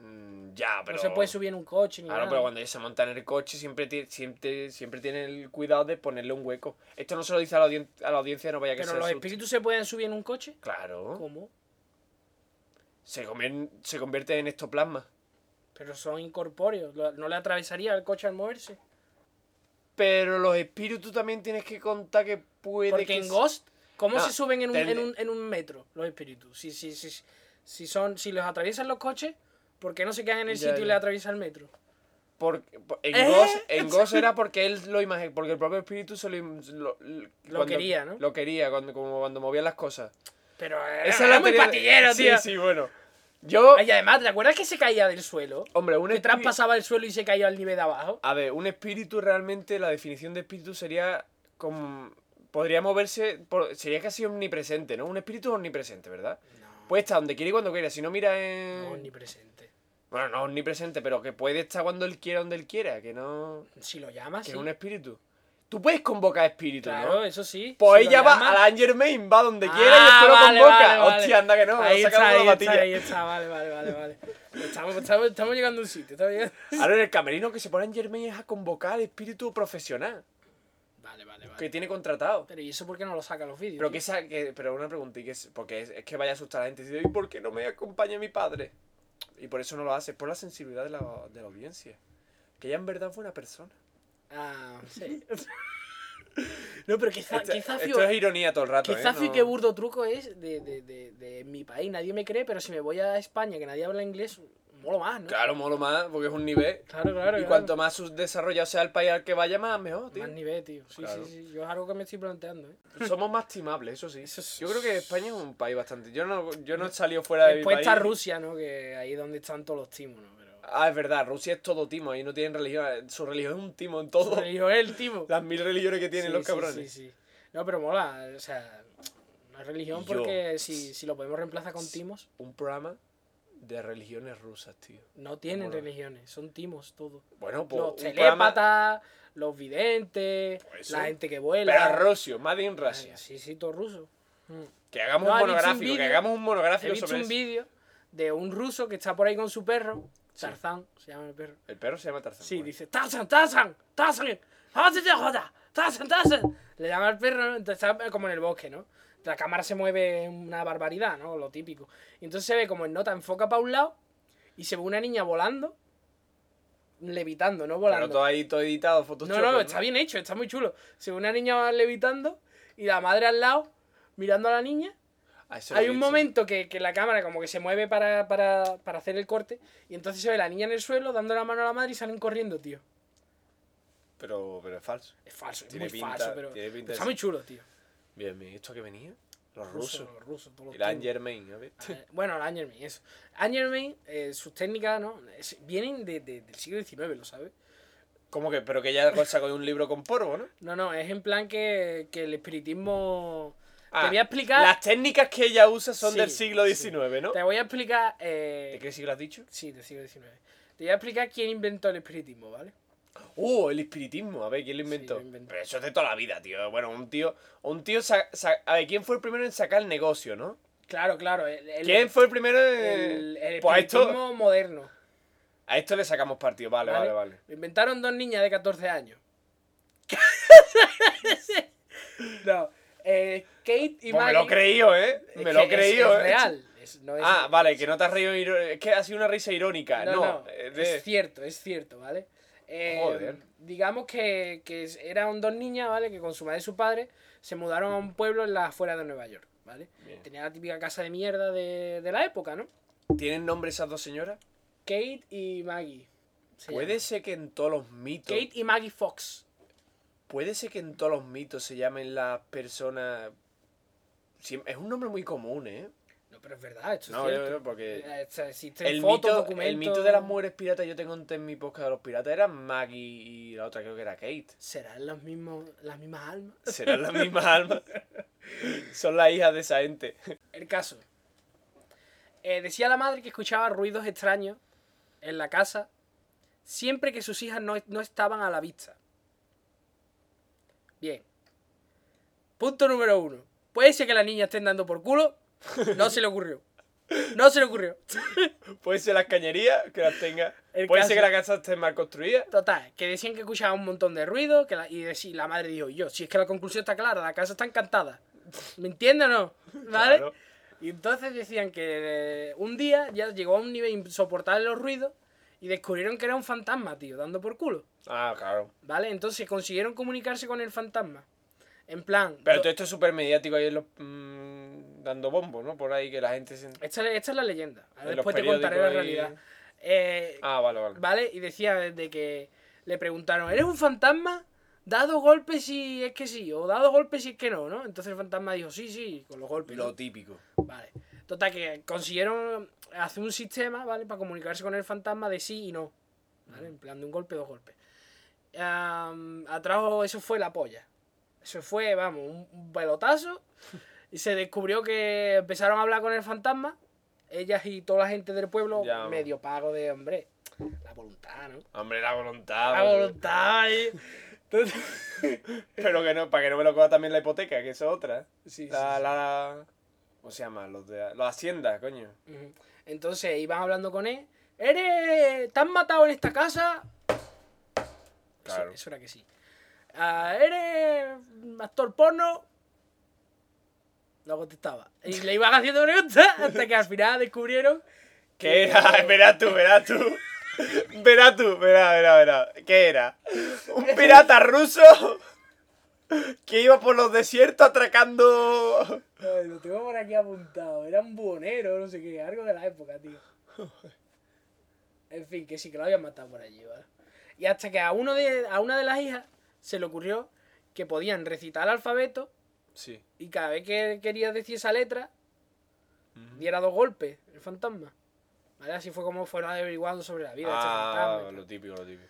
[SPEAKER 2] Mm, Ya, pero...
[SPEAKER 1] No se puede subir en un coche ni
[SPEAKER 2] Claro,
[SPEAKER 1] nada.
[SPEAKER 2] pero cuando ellos se montan en el coche siempre, ti- siempre, siempre tiene el cuidado de ponerle un hueco. Esto no se lo dice a la, audien- a la audiencia, no vaya que
[SPEAKER 1] Pero
[SPEAKER 2] se
[SPEAKER 1] los
[SPEAKER 2] asuste.
[SPEAKER 1] espíritus se pueden subir en un coche.
[SPEAKER 2] Claro.
[SPEAKER 1] ¿Cómo?
[SPEAKER 2] Se, convien- se convierte en ectoplasma.
[SPEAKER 1] Pero son incorpóreos. Lo- No le atravesaría el coche al moverse.
[SPEAKER 2] Pero los espíritus también tienes que contar que puede
[SPEAKER 1] Porque
[SPEAKER 2] que...
[SPEAKER 1] en
[SPEAKER 2] se-
[SPEAKER 1] Ghost, ¿cómo
[SPEAKER 2] No,
[SPEAKER 1] se suben en un,
[SPEAKER 2] tende-
[SPEAKER 1] en, un, en un metro los espíritus? Si, si, si, si, son, si los atraviesan los coches, ¿por qué no se quedan en el
[SPEAKER 2] Ya,
[SPEAKER 1] sitio y
[SPEAKER 2] ya.
[SPEAKER 1] le atraviesa el metro?
[SPEAKER 2] por- por- en,
[SPEAKER 1] ¿Eh?
[SPEAKER 2] Ghost,
[SPEAKER 1] *laughs*
[SPEAKER 2] en Ghost era porque él lo imagi- porque el propio espíritu se lo, im- lo- lo-
[SPEAKER 1] quería, ¿no?
[SPEAKER 2] Lo quería, cuando, como cuando movían las cosas.
[SPEAKER 1] Pero era,
[SPEAKER 2] Esa
[SPEAKER 1] era
[SPEAKER 2] la
[SPEAKER 1] muy
[SPEAKER 2] teoría de-
[SPEAKER 1] patillero,
[SPEAKER 2] *laughs* sí,
[SPEAKER 1] tío.
[SPEAKER 2] Sí, bueno. Yo,
[SPEAKER 1] Ay, Y además, ¿te acuerdas que se caía del suelo?
[SPEAKER 2] hombre, Oh, un
[SPEAKER 1] Que
[SPEAKER 2] espí- Ah,
[SPEAKER 1] traspasaba el suelo y se caía al nivel de abajo.
[SPEAKER 2] A ver, un espíritu realmente, la definición de espíritu sería como... Podría moverse, por- sería casi omnipresente, ¿no? Un espíritu omnipresente, ¿verdad?
[SPEAKER 1] No,
[SPEAKER 2] Puede estar donde quiere y cuando quiera. Si no mira en...
[SPEAKER 1] no, ni presente.
[SPEAKER 2] Bueno, no omnipresente, pero que puede estar cuando él quiera, donde él quiera. Que no...
[SPEAKER 1] Si lo llamas,
[SPEAKER 2] Que
[SPEAKER 1] sí.
[SPEAKER 2] es un espíritu. Tú puedes convocar espíritus,
[SPEAKER 1] Claro,
[SPEAKER 2] ¿no?
[SPEAKER 1] eso sí.
[SPEAKER 2] Pues
[SPEAKER 1] Si lo
[SPEAKER 2] ella va
[SPEAKER 1] llamas-
[SPEAKER 2] a la Angel Main, va donde quiera y
[SPEAKER 1] Ah,
[SPEAKER 2] después lo
[SPEAKER 1] vale,
[SPEAKER 2] convoca.
[SPEAKER 1] vale, vale.
[SPEAKER 2] Hostia, anda que
[SPEAKER 1] Ahí
[SPEAKER 2] no, me ha
[SPEAKER 1] está,
[SPEAKER 2] sacado
[SPEAKER 1] ahí
[SPEAKER 2] la
[SPEAKER 1] está,
[SPEAKER 2] batilla.
[SPEAKER 1] ahí está, vale, vale, vale, vale. Estamos, estamos, estamos llegando a un sitio, estamos
[SPEAKER 2] *laughs*
[SPEAKER 1] llegando-
[SPEAKER 2] Ahora en el camerino que se pone Angel Main es a convocar al espíritu profesional
[SPEAKER 1] Vale, vale, vale.
[SPEAKER 2] que tiene contratado.
[SPEAKER 1] Pero ¿y eso por qué no lo sacan los vídeos?
[SPEAKER 2] Pero
[SPEAKER 1] tío?
[SPEAKER 2] que esa, que- pero una pregunta, y que es, porque es, es que vaya a asustar a la gente. Dice, ¿Y por qué no me acompaña mi padre? Y por eso no lo hace, por la sensibilidad de la, de la audiencia. Que ella en verdad fue una persona. *laughs*
[SPEAKER 1] Ah, sí. no, pero quizá,
[SPEAKER 2] Esto-
[SPEAKER 1] quizá
[SPEAKER 2] esto
[SPEAKER 1] fío-
[SPEAKER 2] es ironía todo el rato.
[SPEAKER 1] quizá
[SPEAKER 2] ¿eh?
[SPEAKER 1] fío
[SPEAKER 2] No-
[SPEAKER 1] qué burdo truco es de, de- de- de mi país. Nadie me cree, pero si me voy a España, que nadie habla inglés, molo más, ¿no?
[SPEAKER 2] Claro, molo más, porque es un nivel.
[SPEAKER 1] Claro, claro,
[SPEAKER 2] Y
[SPEAKER 1] claro.
[SPEAKER 2] cuanto más sus- desarrollado sea el país al que vaya, más mejor, tío.
[SPEAKER 1] Más nivel, tío. Sí,
[SPEAKER 2] Claro.
[SPEAKER 1] sí, sí. Yo es algo que me estoy planteando, ¿eh?
[SPEAKER 2] Somos más timables, eso sí.
[SPEAKER 1] Eso es-
[SPEAKER 2] Yo creo que España es un país bastante. Yo no, yo no he salido fuera de mi
[SPEAKER 1] Después
[SPEAKER 2] país.
[SPEAKER 1] está Rusia, ¿no? Que ahí es donde están todos los timos, ¿no?
[SPEAKER 2] *laughs*
[SPEAKER 1] Pero...
[SPEAKER 2] Ah, es verdad, Rusia es todo timo, ahí no tienen religión. eh, Su religión es un timo en todo.
[SPEAKER 1] Lo dijo él, timo.
[SPEAKER 2] Las mil religiones que *laughs* tienen
[SPEAKER 1] Sí,
[SPEAKER 2] los
[SPEAKER 1] sí,
[SPEAKER 2] cabrones.
[SPEAKER 1] Sí, sí. No, pero mola. O sea, no es religión
[SPEAKER 2] Yo.
[SPEAKER 1] porque si, si lo podemos reemplazar con timos,
[SPEAKER 2] Un programa de religiones rusas, tío.
[SPEAKER 1] no tienen
[SPEAKER 2] Mola.
[SPEAKER 1] religiones. Son timos todo.
[SPEAKER 2] Bueno, pues.
[SPEAKER 1] Los
[SPEAKER 2] un programa-
[SPEAKER 1] telépatas, los videntes,
[SPEAKER 2] Pues
[SPEAKER 1] la
[SPEAKER 2] eso.
[SPEAKER 1] gente que vuela.
[SPEAKER 2] Pero Rusio, Made in Russia.
[SPEAKER 1] Sí, sí, todo ruso. Mm.
[SPEAKER 2] Que hagamos
[SPEAKER 1] No,
[SPEAKER 2] un
[SPEAKER 1] he visto un
[SPEAKER 2] monográfico, que
[SPEAKER 1] vídeo-
[SPEAKER 2] hagamos un
[SPEAKER 1] He
[SPEAKER 2] monográfico
[SPEAKER 1] visto
[SPEAKER 2] sobre
[SPEAKER 1] un
[SPEAKER 2] eso.
[SPEAKER 1] vídeo de un ruso que está por ahí con su perro,
[SPEAKER 2] Sí.
[SPEAKER 1] Tarzán, se llama el perro.
[SPEAKER 2] El perro se llama Tarzán.
[SPEAKER 1] Sí,
[SPEAKER 2] bueno.
[SPEAKER 1] dice Tarzan, Tarzan, Tarzan, ¡Hazte joda! Tarzan, Tarzan. Le llama al perro, ¿no? entonces está como en el bosque, ¿no? La cámara se mueve una barbaridad, ¿no? Lo típico. Y entonces se ve como en nota enfoca para un lado y se ve una niña volando, levitando, no volando.
[SPEAKER 2] Pero todo ahí, todo editado, fotos
[SPEAKER 1] No, no, está bien hecho, está muy chulo. Se ve una niña va levitando y la madre al lado mirando a la niña. Hay un momento que, que la cámara como que se mueve para, para, para hacer el corte y entonces se ve la niña en el suelo dando la mano a la madre y salen corriendo, tío.
[SPEAKER 2] Pero, pero es falso.
[SPEAKER 1] Es falso, es
[SPEAKER 2] Tiene
[SPEAKER 1] muy
[SPEAKER 2] pinta-
[SPEAKER 1] falso, pero
[SPEAKER 2] tiene pinta
[SPEAKER 1] pero
[SPEAKER 2] de
[SPEAKER 1] está
[SPEAKER 2] ser-
[SPEAKER 1] muy chulo, tío.
[SPEAKER 2] Bien, bien. ¿Esto a qué venía? Los
[SPEAKER 1] Ruso,
[SPEAKER 2] rusos.
[SPEAKER 1] los rusos, todos los
[SPEAKER 2] El Anne
[SPEAKER 1] tíos.
[SPEAKER 2] Germain, a ver.
[SPEAKER 1] Eh, Bueno, el Angerman, eso. Angerman, sus técnicas, ¿no? Es- vienen de- de- del siglo XIX, ¿lo sabes?
[SPEAKER 2] ¿Cómo que? Pero que ya sacó de un libro con polvo, ¿no?
[SPEAKER 1] No, no, es en plan que, que el espiritismo...
[SPEAKER 2] Ah,
[SPEAKER 1] te voy a explicar...
[SPEAKER 2] Las técnicas que ella usa son
[SPEAKER 1] Sí,
[SPEAKER 2] del siglo
[SPEAKER 1] sí.
[SPEAKER 2] XIX, ¿no?
[SPEAKER 1] Te voy a explicar... eh,
[SPEAKER 2] ¿De qué siglo has dicho?
[SPEAKER 1] Sí, del siglo XIX. Te voy a explicar quién inventó el espiritismo, ¿vale?
[SPEAKER 2] ¡Uh! El espiritismo. A ver, ¿quién lo
[SPEAKER 1] Sí, lo
[SPEAKER 2] inventó?
[SPEAKER 1] inventó.
[SPEAKER 2] Pero eso es de toda la vida, tío. Bueno, un tío... Un tío... sa- sa- A ver, ¿quién fue el primero en sacar el negocio, no?
[SPEAKER 1] Claro, claro. El, el-
[SPEAKER 2] ¿Quién fue el primero en...?
[SPEAKER 1] el- el
[SPEAKER 2] pues a esto,
[SPEAKER 1] espiritismo moderno.
[SPEAKER 2] a esto le sacamos partido. Vale, vale, vale.
[SPEAKER 1] Lo inventaron dos niñas de 14
[SPEAKER 2] *laughs*
[SPEAKER 1] años. no. eh, Kate y
[SPEAKER 2] Pues me lo he
[SPEAKER 1] Maggie-
[SPEAKER 2] creído, ¿eh?
[SPEAKER 1] Es
[SPEAKER 2] Me
[SPEAKER 1] que
[SPEAKER 2] lo he
[SPEAKER 1] es-
[SPEAKER 2] creído,
[SPEAKER 1] es
[SPEAKER 2] ¿eh?
[SPEAKER 1] real. Es- no es-
[SPEAKER 2] Ah, vale, que no te has reído. iro- Es que ha sido una risa irónica. No,
[SPEAKER 1] No, no,
[SPEAKER 2] eh, de-
[SPEAKER 1] Es cierto, es cierto, ¿vale? Eh,
[SPEAKER 2] Joder.
[SPEAKER 1] Digamos que, que es- eran dos niñas, ¿vale? Que con su madre y su padre se mudaron a un pueblo en las afueras de Nueva York, ¿vale?
[SPEAKER 2] Bien.
[SPEAKER 1] Tenía la típica casa de mierda de, de la época, ¿no?
[SPEAKER 2] ¿Tienen nombre esas dos señoras?
[SPEAKER 1] Kate y Maggie. se
[SPEAKER 2] Puede ser que en todos los mitos.
[SPEAKER 1] llaman. Kate y Maggie Fox.
[SPEAKER 2] Puede ser que en todos los mitos se llamen las personas. Sí, es un nombre muy común, ¿eh?
[SPEAKER 1] No, pero es verdad, esto
[SPEAKER 2] No,
[SPEAKER 1] es
[SPEAKER 2] yo-
[SPEAKER 1] cierto.
[SPEAKER 2] yo, porque.
[SPEAKER 1] Eh, o sea, existen
[SPEAKER 2] El
[SPEAKER 1] fotos,
[SPEAKER 2] mito,
[SPEAKER 1] documentos.
[SPEAKER 2] el mito de las mujeres piratas, yo tengo en mi podcast de los piratas, eran Maggie y la otra creo que era Kate.
[SPEAKER 1] ¿Serán los mismos, las mismas almas?
[SPEAKER 2] Serán las
[SPEAKER 1] *laughs*
[SPEAKER 2] mismas almas. Son las hijas de esa gente. *laughs*
[SPEAKER 1] El caso. Eh, decía la madre que escuchaba ruidos extraños en la casa siempre que sus hijas no, no estaban a la vista. Bien. Punto número uno. Puede ser que las niñas estén dando por culo. No se le ocurrió. No se le ocurrió.
[SPEAKER 2] Puede ser las cañerías que las tenga.
[SPEAKER 1] El
[SPEAKER 2] Puede
[SPEAKER 1] caso-
[SPEAKER 2] ser que la casa esté mal construida.
[SPEAKER 1] Total, que decían que escuchaba un montón de ruido que la- y deci- la madre dijo, yo, si es que la conclusión está clara, la casa está encantada. ¿Me entiendes o no? ¿Vale?
[SPEAKER 2] Claro.
[SPEAKER 1] Y entonces decían que eh, un día ya llegó a un nivel insoportable los ruidos y descubrieron que era un fantasma, tío, dando por culo.
[SPEAKER 2] Ah, claro.
[SPEAKER 1] ¿Vale? Entonces consiguieron comunicarse con el fantasma. En plan...
[SPEAKER 2] Pero
[SPEAKER 1] do-
[SPEAKER 2] todo esto es súper mediático ahí en los, mm, dando bombo, ¿no? Por ahí que la gente se...
[SPEAKER 1] esta, esta es la leyenda. Ahora
[SPEAKER 2] en los
[SPEAKER 1] Después te contaré la
[SPEAKER 2] periódicos y-
[SPEAKER 1] realidad. Eh,
[SPEAKER 2] Ah, vale, vale.
[SPEAKER 1] ¿Vale? Y decía desde que le preguntaron, ¿eres un fantasma? Dado golpes si es que sí, o dado golpes si es que no, ¿no? Entonces el fantasma dijo, sí, sí, con los golpes. ¿no?".
[SPEAKER 2] Lo típico.
[SPEAKER 1] Vale. Total, que consiguieron hacer un sistema, ¿vale? Para comunicarse con el fantasma de sí y no. ¿Vale? En plan de un golpe, dos golpes. Am, atrajo, eso fue la polla. Eso fue, vamos, un- un pelotazo. Y se descubrió que empezaron a hablar con el fantasma. Ellas y toda la gente del pueblo,
[SPEAKER 2] Ya, vamos.
[SPEAKER 1] medio pago de, hombre, la voluntad, ¿no?
[SPEAKER 2] Hombre, la voluntad.
[SPEAKER 1] La
[SPEAKER 2] hombre.
[SPEAKER 1] voluntad. ¿eh? ahí.
[SPEAKER 2] *laughs* Pero que no, para que no me lo coja también la hipoteca, que eso es otra. ¿eh?
[SPEAKER 1] Sí, sí,
[SPEAKER 2] la,
[SPEAKER 1] sí.
[SPEAKER 2] la... ¿Cómo se llama? Los de... Los haciendas, coño.
[SPEAKER 1] Ujú. Entonces iban hablando con él. ¿Eres... ¿Te han matado en esta casa? Eso-
[SPEAKER 2] Claro.
[SPEAKER 1] Eso, era que sí. Ah, ¿Eres actor porno? No contestaba. Y le iban *laughs* haciendo preguntas hasta que al final descubrieron
[SPEAKER 2] ¿Qué *laughs* era? Verás tú, verás tú. Verás tú, verás, verás, verás. ¿Qué era? Un pirata ruso que iba por los desiertos atracando...
[SPEAKER 1] Ay, lo tengo por aquí apuntado. Era un buhonero, no sé qué, algo de la época, tío. En fin, que sí que lo habían matado por allí, ¿vale? Y hasta que a, uno de, a una de las hijas se le ocurrió que podían recitar el alfabeto
[SPEAKER 2] Sí.
[SPEAKER 1] y cada vez que quería decir esa letra, diera dos golpes el fantasma. ¿Vale? Así fue como fueron averiguando sobre la vida de este fantasma y
[SPEAKER 2] Ah,
[SPEAKER 1] tal.
[SPEAKER 2] lo típico, lo típico.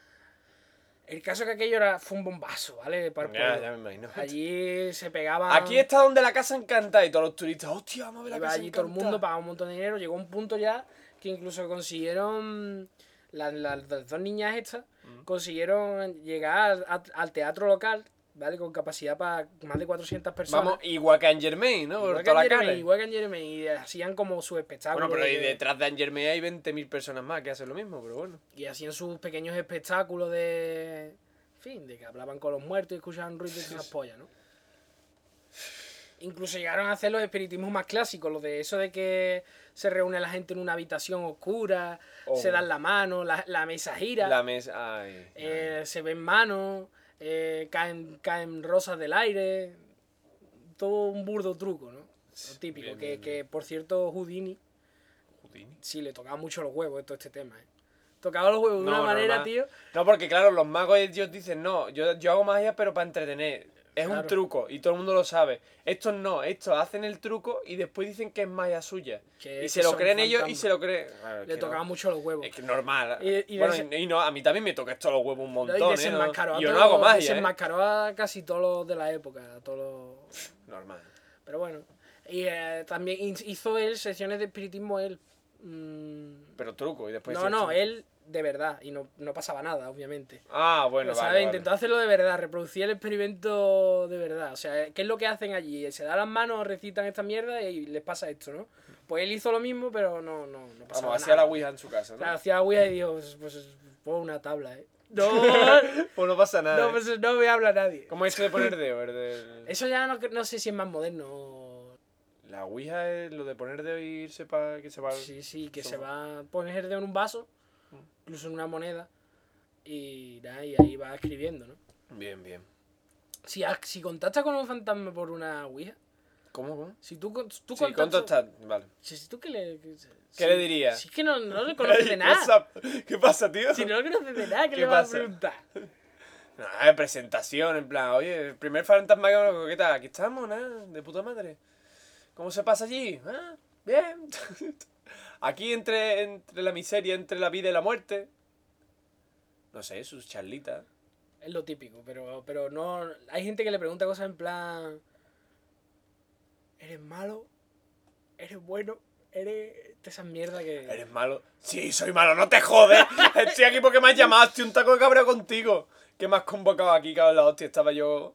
[SPEAKER 1] El caso que aquello era, fue un bombazo, ¿vale? De parpoleo.
[SPEAKER 2] Ya, ya me imagino.
[SPEAKER 1] Allí se pegaba.
[SPEAKER 2] Aquí está donde la casa encantada y todos los turistas. Hostia, vamos a ver la
[SPEAKER 1] Iba
[SPEAKER 2] casa
[SPEAKER 1] allí todo el mundo,
[SPEAKER 2] encantada.
[SPEAKER 1] pagaba un montón de dinero. Llegó un punto ya que incluso consiguieron. Las, las- las dos niñas estas consiguieron llegar a- al teatro local, ¿vale? Con capacidad para más de 400 personas.
[SPEAKER 2] Vamos, igual que Anne Germain, ¿no? Por
[SPEAKER 1] igual que
[SPEAKER 2] toda la
[SPEAKER 1] Angerman,
[SPEAKER 2] cara.
[SPEAKER 1] igual que Angerman, y hacían como su espectáculo.
[SPEAKER 2] Bueno, pero
[SPEAKER 1] de
[SPEAKER 2] ahí
[SPEAKER 1] que-
[SPEAKER 2] detrás de Anne Germain hay 20.000 personas más que hacen lo mismo, pero bueno.
[SPEAKER 1] Y hacían sus pequeños espectáculos de. En fin, de que hablaban con los muertos y escuchaban ruido y esas pollas, ¿no? Incluso llegaron a hacer los espiritismos más clásicos, los de eso de que se reúne la gente en una habitación oscura,
[SPEAKER 2] Oh.
[SPEAKER 1] se dan la mano, la, la mesa gira,
[SPEAKER 2] La mesa. Ay.
[SPEAKER 1] eh, se ven manos, eh, caen, caen rosas del aire. Todo un burdo truco, ¿no? Lo típico,
[SPEAKER 2] bien,
[SPEAKER 1] que,
[SPEAKER 2] bien,
[SPEAKER 1] que por cierto, Houdini
[SPEAKER 2] Houdini.
[SPEAKER 1] sí le tocaba mucho los huevos todo este tema, ¿eh? Tocaba los huevos de
[SPEAKER 2] No,
[SPEAKER 1] una manera,
[SPEAKER 2] normal.
[SPEAKER 1] tío.
[SPEAKER 2] No, porque claro, los magos ellos dicen, no, yo, yo hago magia pero para entretener. Es un
[SPEAKER 1] Claro.
[SPEAKER 2] truco y todo el mundo lo sabe. Estos no, estos hacen el truco y después dicen que es magia suya.
[SPEAKER 1] Que-
[SPEAKER 2] y
[SPEAKER 1] que
[SPEAKER 2] se lo
[SPEAKER 1] son
[SPEAKER 2] creen ellos y
[SPEAKER 1] fantasmas.
[SPEAKER 2] se lo creen. Claro, es
[SPEAKER 1] Le
[SPEAKER 2] que
[SPEAKER 1] tocaba
[SPEAKER 2] no.
[SPEAKER 1] mucho los huevos.
[SPEAKER 2] Es que es normal.
[SPEAKER 1] Y- y
[SPEAKER 2] bueno,
[SPEAKER 1] desen-
[SPEAKER 2] y, y no, a mí también me toca esto los huevos un montón,
[SPEAKER 1] y
[SPEAKER 2] ¿eh? No-
[SPEAKER 1] desenmascaró a
[SPEAKER 2] yo no
[SPEAKER 1] todos-
[SPEAKER 2] hago magia. ¿eh?
[SPEAKER 1] Desenmascaró a casi todos los de la época. a todos los-
[SPEAKER 2] Normal.
[SPEAKER 1] Pero bueno. Y eh, también hin- hizo él sesiones de espiritismo él. Mm,
[SPEAKER 2] Pero truco y después.
[SPEAKER 1] no,
[SPEAKER 2] sí,
[SPEAKER 1] no,
[SPEAKER 2] sí.
[SPEAKER 1] él de verdad. Y no, no pasaba nada, obviamente.
[SPEAKER 2] Ah, bueno,
[SPEAKER 1] o
[SPEAKER 2] vale,
[SPEAKER 1] sea,
[SPEAKER 2] vale.
[SPEAKER 1] intentó hacerlo de verdad, reproducir el experimento de verdad. O sea, ¿qué es lo que hacen allí? Se dan las manos, recitan esta mierda y les pasa esto, ¿no? Pues él hizo lo mismo, pero no, no, no pasaba
[SPEAKER 2] Vamos, hacía
[SPEAKER 1] nada.
[SPEAKER 2] la Ouija en su casa, ¿no?
[SPEAKER 1] Claro, hacía Ouija y dijo, pues, pues pon una tabla, ¿eh? No,
[SPEAKER 2] *laughs* pues no pasa nada.
[SPEAKER 1] no,
[SPEAKER 2] ¿eh?
[SPEAKER 1] pues, no me habla nadie.
[SPEAKER 2] ¿Cómo es esto de poner dedo?
[SPEAKER 1] *laughs*
[SPEAKER 2] El del-
[SPEAKER 1] Eso ya no, cre- no sé si es más moderno. o-
[SPEAKER 2] La Ouija es lo de poner dedo y irse para que se va.
[SPEAKER 1] Sí, sí, que
[SPEAKER 2] Eso
[SPEAKER 1] se
[SPEAKER 2] va.
[SPEAKER 1] va a poner de en un vaso,
[SPEAKER 2] Mm.
[SPEAKER 1] incluso en una moneda, y, nada, y ahí va escribiendo, ¿no?
[SPEAKER 2] Bien, bien.
[SPEAKER 1] Si, ha- si contactas con un fantasma por una Ouija,
[SPEAKER 2] ¿Cómo, cómo?
[SPEAKER 1] si tú, con- tú
[SPEAKER 2] Sí, ¿cuánto está? Vale.
[SPEAKER 1] Si, si tú que le... que- si-
[SPEAKER 2] le dirías?
[SPEAKER 1] Si es que no, no
[SPEAKER 2] *laughs*
[SPEAKER 1] le conoces de nada.
[SPEAKER 2] ¿Qué pasa, tío?
[SPEAKER 1] Si no le conoces de nada, ¿qué,
[SPEAKER 2] ¿Qué
[SPEAKER 1] le vas
[SPEAKER 2] pasa?
[SPEAKER 1] a preguntar?
[SPEAKER 2] Nada, Ah, presentación, en plan, oye, el primer fantasma que conozco, ¿qué tal? Aquí estamos, nada, de puta madre. ¿Cómo se pasa allí? Ah, bien. *laughs* Aquí entre, entre la miseria, entre la vida y la muerte. No sé, sus charlitas.
[SPEAKER 1] Es lo típico, pero, pero no... Hay gente que le pregunta cosas en plan... ¿Eres malo? ¿Eres bueno? ¿Eres...? De esas mierdas que...
[SPEAKER 2] ¿Eres malo? Sí, soy malo, no
[SPEAKER 1] *laughs*
[SPEAKER 2] te jodes. Estoy aquí porque me has llamado, estoy un taco de cabra contigo. ¿Qué me has convocado aquí, cabrón? La hostia, estaba yo...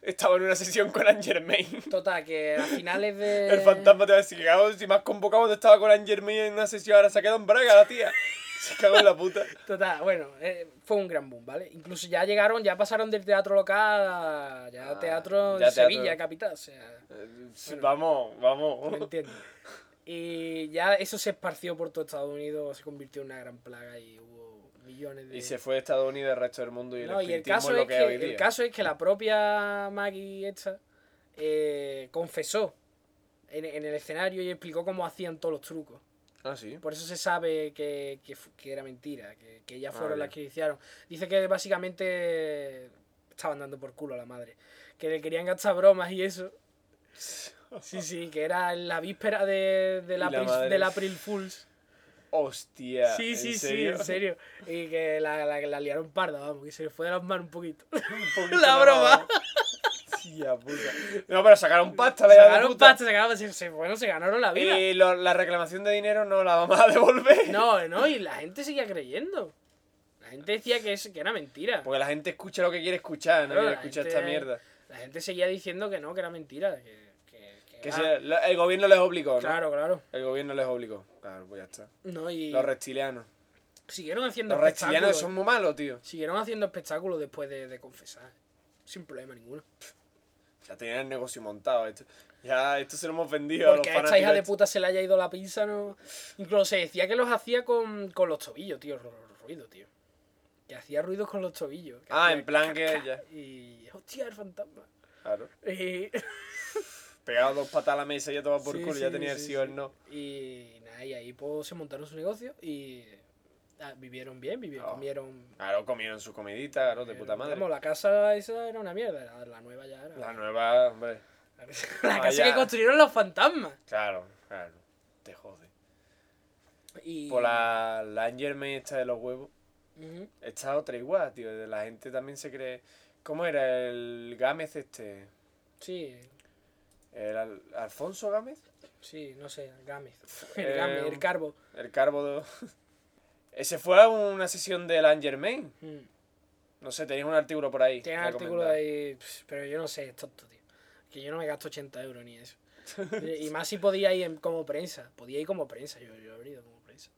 [SPEAKER 2] Estaba en una sesión con Anne Germain.
[SPEAKER 1] Total, que
[SPEAKER 2] *laughs*
[SPEAKER 1] a finales de...
[SPEAKER 2] El fantasma te va a decir, "Cago, si me has convocado cuando estaba con Anne Germain en una sesión, ahora se ha quedado en braga la tía. *laughs* Se cago en la puta.
[SPEAKER 1] Total, bueno, eh, fue un gran boom, ¿vale? Incluso ya llegaron, ya pasaron del teatro local a ya
[SPEAKER 2] Ah,
[SPEAKER 1] teatro
[SPEAKER 2] ya
[SPEAKER 1] en
[SPEAKER 2] teatro.
[SPEAKER 1] Sevilla, capital, o sea,
[SPEAKER 2] Eh, sí, Vamos, vamos.
[SPEAKER 1] ¿me
[SPEAKER 2] *laughs*
[SPEAKER 1] entiendes? Y ya eso se esparció por todo Estados Unidos, se convirtió en una gran plaga y hubo millones de...
[SPEAKER 2] Y se fue de Estados Unidos al resto del mundo y el
[SPEAKER 1] No, y el
[SPEAKER 2] espiritismo
[SPEAKER 1] caso,
[SPEAKER 2] es lo
[SPEAKER 1] es
[SPEAKER 2] que es hoy
[SPEAKER 1] que, el
[SPEAKER 2] día.
[SPEAKER 1] caso es que la propia Maggie esta eh, confesó en, en el escenario y explicó cómo hacían todos los trucos.
[SPEAKER 2] Ah, sí.
[SPEAKER 1] Por eso se sabe que, que fu- que era mentira, que, que ellas
[SPEAKER 2] Ah,
[SPEAKER 1] fueron
[SPEAKER 2] ya.
[SPEAKER 1] las que iniciaron. Dice que básicamente estaban dando por culo a la madre. Que le querían gastar bromas y eso. Sí, sí, que era en la víspera de, del,
[SPEAKER 2] Y la
[SPEAKER 1] April,
[SPEAKER 2] madre.
[SPEAKER 1] del April Fools.
[SPEAKER 2] Hostia.
[SPEAKER 1] sí,
[SPEAKER 2] ¿en
[SPEAKER 1] sí, sí,
[SPEAKER 2] serio?
[SPEAKER 1] en serio. Y que la, la, la liaron parda, vamos, que se le fue de las manos un poquito.
[SPEAKER 2] *laughs* Un poquito
[SPEAKER 1] La
[SPEAKER 2] nada
[SPEAKER 1] broma.
[SPEAKER 2] más. Hostia puta. No, pero sacaron pasta, la
[SPEAKER 1] se
[SPEAKER 2] hija de
[SPEAKER 1] ganaron
[SPEAKER 2] puta. Eh.
[SPEAKER 1] pasta, se ganaron, se- se- bueno, se ganaron la vida.
[SPEAKER 2] Y lo- la reclamación de dinero no la vamos a devolver.
[SPEAKER 1] No, no, y la gente seguía creyendo. La gente decía que, es, que era mentira.
[SPEAKER 2] Porque la gente escucha lo que quiere escuchar, no
[SPEAKER 1] Claro,
[SPEAKER 2] quiere
[SPEAKER 1] la
[SPEAKER 2] escuchar
[SPEAKER 1] gente-
[SPEAKER 2] esta mierda.
[SPEAKER 1] La gente seguía diciendo que no, que era mentira. Que, que- que
[SPEAKER 2] Que
[SPEAKER 1] va.
[SPEAKER 2] se- lo- el gobierno les obligó, ¿no?
[SPEAKER 1] Ah. Claro, claro.
[SPEAKER 2] El gobierno les obligó. Claro, pues ya está.
[SPEAKER 1] No, y
[SPEAKER 2] Los reptilianos.
[SPEAKER 1] siguieron haciendo
[SPEAKER 2] Los
[SPEAKER 1] espectáculos.
[SPEAKER 2] reptilianos son muy malos, tío.
[SPEAKER 1] Siguieron haciendo espectáculos después de, de confesar. Sin problema ninguno.
[SPEAKER 2] Ya tenían el negocio montado. Esto. Ya, esto se lo hemos vendido
[SPEAKER 1] Porque
[SPEAKER 2] a
[SPEAKER 1] a
[SPEAKER 2] los
[SPEAKER 1] esta hija de
[SPEAKER 2] fanáticos.
[SPEAKER 1] puta se le haya ido la pinza, ¿no? Incluso se decía que los hacía con, con los tobillos, tío. ru- ru- Ruido, tío. Que hacía ruidos con los tobillos. que
[SPEAKER 2] Ah,
[SPEAKER 1] hacía
[SPEAKER 2] en plan que
[SPEAKER 1] ca- ca-
[SPEAKER 2] ya.
[SPEAKER 1] Y. ¡Hostia, el fantasma!
[SPEAKER 2] Claro.
[SPEAKER 1] Y.
[SPEAKER 2] Pegado dos patas a la mesa y ya tomaba por
[SPEAKER 1] Sí,
[SPEAKER 2] culo. ya
[SPEAKER 1] sí,
[SPEAKER 2] tenía el
[SPEAKER 1] sí,
[SPEAKER 2] sí o el
[SPEAKER 1] sí.
[SPEAKER 2] no.
[SPEAKER 1] Y nada, y ahí pues, se montaron su negocio y Ah, vivieron bien, vivieron,
[SPEAKER 2] Oh.
[SPEAKER 1] comieron. eh,
[SPEAKER 2] Claro, comieron su comidita, claro, de puta madre.
[SPEAKER 1] Vamos, la casa esa era una mierda, la, la nueva ya era.
[SPEAKER 2] La nueva, hombre.
[SPEAKER 1] La casa, *laughs* la
[SPEAKER 2] Ah,
[SPEAKER 1] casa
[SPEAKER 2] ya.
[SPEAKER 1] que construyeron los fantasmas.
[SPEAKER 2] Claro, claro. Te jode.
[SPEAKER 1] Y...
[SPEAKER 2] Por la, la Angerman esta de los huevos.
[SPEAKER 1] Ujú.
[SPEAKER 2] Está otra igual, tío. La gente también se cree. ¿Cómo era el Gámez este?
[SPEAKER 1] Sí,
[SPEAKER 2] ¿El Al- Alfonso Gámez?
[SPEAKER 1] sí, no sé, el Gámez.
[SPEAKER 2] Eh,
[SPEAKER 1] *laughs* El Gámez, el Carbo.
[SPEAKER 2] El Carbo. de- *laughs* Ese fue a una sesión del Angerman.
[SPEAKER 1] Mm.
[SPEAKER 2] No sé, tenéis un artículo por ahí.
[SPEAKER 1] Tiene
[SPEAKER 2] que
[SPEAKER 1] artículos
[SPEAKER 2] comentar.
[SPEAKER 1] ahí, pf, pero yo no sé, es tonto, tío. Que yo no me gasto 80 euros ni
[SPEAKER 2] *laughs*
[SPEAKER 1] eso. y más si podía ir en- como prensa. Podía ir como prensa, yo, yo habría ido como prensa.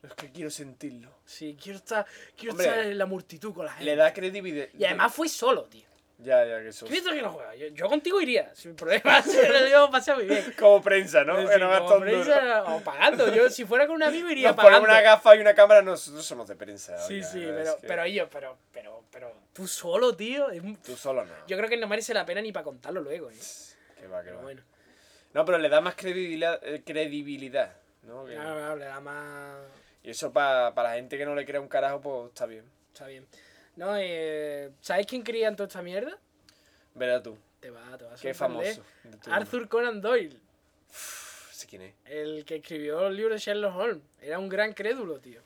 [SPEAKER 2] No, Es que quiero sentirlo.
[SPEAKER 1] Sí, quiero estar, quiero
[SPEAKER 2] Hombre,
[SPEAKER 1] estar en la multitud con la gente.
[SPEAKER 2] Le da Pues credibilidad.
[SPEAKER 1] Y además fui solo, tío.
[SPEAKER 2] Ya, ya, que eso.
[SPEAKER 1] ¿Qué dices que no juega? Yo, yo contigo iría, sin problema. si me lo llevo pasado muy bien.
[SPEAKER 2] *laughs* Como prensa, *laughs* ¿no?
[SPEAKER 1] Sí,
[SPEAKER 2] que no
[SPEAKER 1] como
[SPEAKER 2] gasta un duro.
[SPEAKER 1] prensa, o pagando. Yo, si fuera con un amigo, iría
[SPEAKER 2] Nos ponemos
[SPEAKER 1] pagando.
[SPEAKER 2] una gafa y una cámara, nosotros somos de prensa.
[SPEAKER 1] Sí,
[SPEAKER 2] oiga,
[SPEAKER 1] sí,
[SPEAKER 2] es
[SPEAKER 1] pero,
[SPEAKER 2] que
[SPEAKER 1] pero ellos, pero, pero, pero, tú solo, tío. es un-
[SPEAKER 2] Tú solo no.
[SPEAKER 1] Yo creo que no merece la pena ni para contarlo luego, ¿eh?
[SPEAKER 2] Que va, que
[SPEAKER 1] Pero
[SPEAKER 2] va.
[SPEAKER 1] bueno,
[SPEAKER 2] No, pero le da más credibilidad, eh, credibilidad ¿no? Que-
[SPEAKER 1] claro, claro, le da más.
[SPEAKER 2] Y eso para la gente que no le crea un carajo, pues está bien.
[SPEAKER 1] Está bien. No, eh, ¿Sabes quién cría en toda esta mierda?
[SPEAKER 2] Verá tú.
[SPEAKER 1] Te va, te va a
[SPEAKER 2] Qué
[SPEAKER 1] sorprender.
[SPEAKER 2] famoso. de todo el mundo.
[SPEAKER 1] Arthur Conan Doyle,
[SPEAKER 2] Pff, sé quién es.
[SPEAKER 1] el que escribió el libro de Sherlock Holmes. Era un gran crédulo, tío.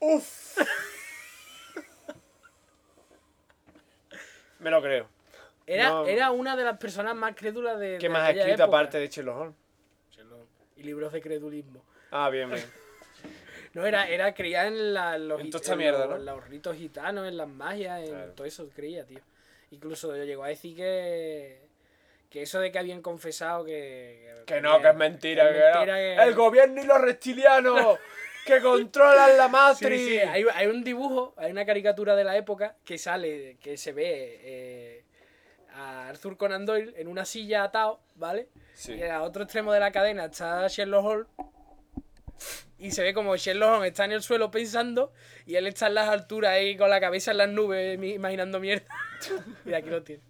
[SPEAKER 2] Uf. Me lo creo.
[SPEAKER 1] Era,
[SPEAKER 2] No.
[SPEAKER 1] era una de las personas más crédulas de.
[SPEAKER 2] ¿Qué
[SPEAKER 1] de
[SPEAKER 2] más ha
[SPEAKER 1] aquella
[SPEAKER 2] escrito
[SPEAKER 1] época.
[SPEAKER 2] aparte de Sherlock Holmes?
[SPEAKER 1] Sherlock- Y libros de credulismo.
[SPEAKER 2] Ah, bien, bien.
[SPEAKER 1] No, era, era creía en, la- los,
[SPEAKER 2] En
[SPEAKER 1] git-
[SPEAKER 2] toda esta
[SPEAKER 1] en
[SPEAKER 2] mierda,
[SPEAKER 1] los,
[SPEAKER 2] ¿no?
[SPEAKER 1] en los ritos gitanos, en las magias, en
[SPEAKER 2] Claro.
[SPEAKER 1] todo eso creía, tío. Incluso llegó a decir que, que eso de que habían confesado que...
[SPEAKER 2] *laughs* Que no, que es mentira. que no.
[SPEAKER 1] mentira, que-
[SPEAKER 2] El gobierno y
[SPEAKER 1] *laughs*
[SPEAKER 2] los reptilianos que controlan la
[SPEAKER 1] Sí,
[SPEAKER 2] matriz.
[SPEAKER 1] sí, hay, hay un dibujo, hay una caricatura de la época que sale, que se ve eh, a Arthur Conan Doyle en una silla atado, ¿vale?
[SPEAKER 2] Sí.
[SPEAKER 1] Y al otro extremo de la cadena está Sherlock Holmes. Y se ve como Sherlock Holmes está en el suelo pensando y él está en las alturas ahí con la cabeza en las nubes mi- imaginando mierda. *laughs* y aquí lo tiene.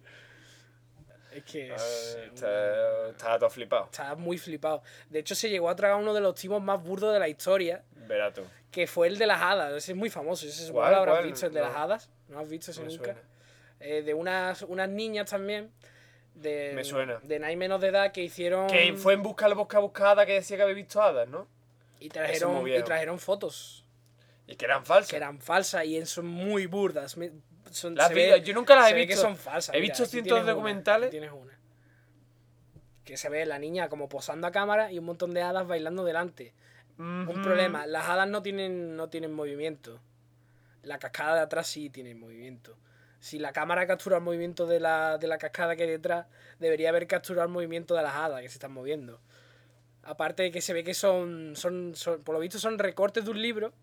[SPEAKER 1] Es que
[SPEAKER 2] Ah,
[SPEAKER 1] es-
[SPEAKER 2] está- Estaba todo flipado.
[SPEAKER 1] está muy flipado. De hecho, se llegó a tragar uno de los timos más burdos de la historia,
[SPEAKER 2] Verá tú.
[SPEAKER 1] que fue el de las hadas. Ese es muy famoso. Ese supongo
[SPEAKER 2] ¿Cuál,
[SPEAKER 1] que lo habrás
[SPEAKER 2] cuál?
[SPEAKER 1] visto, el de
[SPEAKER 2] No.
[SPEAKER 1] las hadas. ¿No has visto ese
[SPEAKER 2] Me
[SPEAKER 1] nunca?
[SPEAKER 2] suena.
[SPEAKER 1] Eh, de unas, unas niñas también. De,
[SPEAKER 2] Me suena.
[SPEAKER 1] De nada y menos de edad que hicieron.
[SPEAKER 2] Que fue en busca del bosque a buscada que decía que había visto hadas, ¿no?
[SPEAKER 1] Y
[SPEAKER 2] Eso es muy
[SPEAKER 1] trajeron,
[SPEAKER 2] viejo.
[SPEAKER 1] y trajeron fotos
[SPEAKER 2] Y que eran falsas.
[SPEAKER 1] que eran falsas y en- son muy burdas. Me- son-
[SPEAKER 2] Las
[SPEAKER 1] se
[SPEAKER 2] vi-
[SPEAKER 1] ve-
[SPEAKER 2] yo nunca las he
[SPEAKER 1] se ve
[SPEAKER 2] visto.
[SPEAKER 1] que son falsas.
[SPEAKER 2] He
[SPEAKER 1] mira,
[SPEAKER 2] visto
[SPEAKER 1] aquí
[SPEAKER 2] cientos de
[SPEAKER 1] tienes una,
[SPEAKER 2] documentales.
[SPEAKER 1] aquí tienes una. Que se ve la niña como posando a cámara y un montón de hadas bailando delante. Un
[SPEAKER 2] Ujú.
[SPEAKER 1] problema, las hadas no tienen, no tienen movimiento. La cascada de atrás sí tiene movimiento. Si la cámara captura el movimiento de la, de la cascada que hay detrás, debería haber capturado el movimiento de las hadas que se están moviendo. Aparte de que se ve que son, son, son- por lo visto son recortes de un libro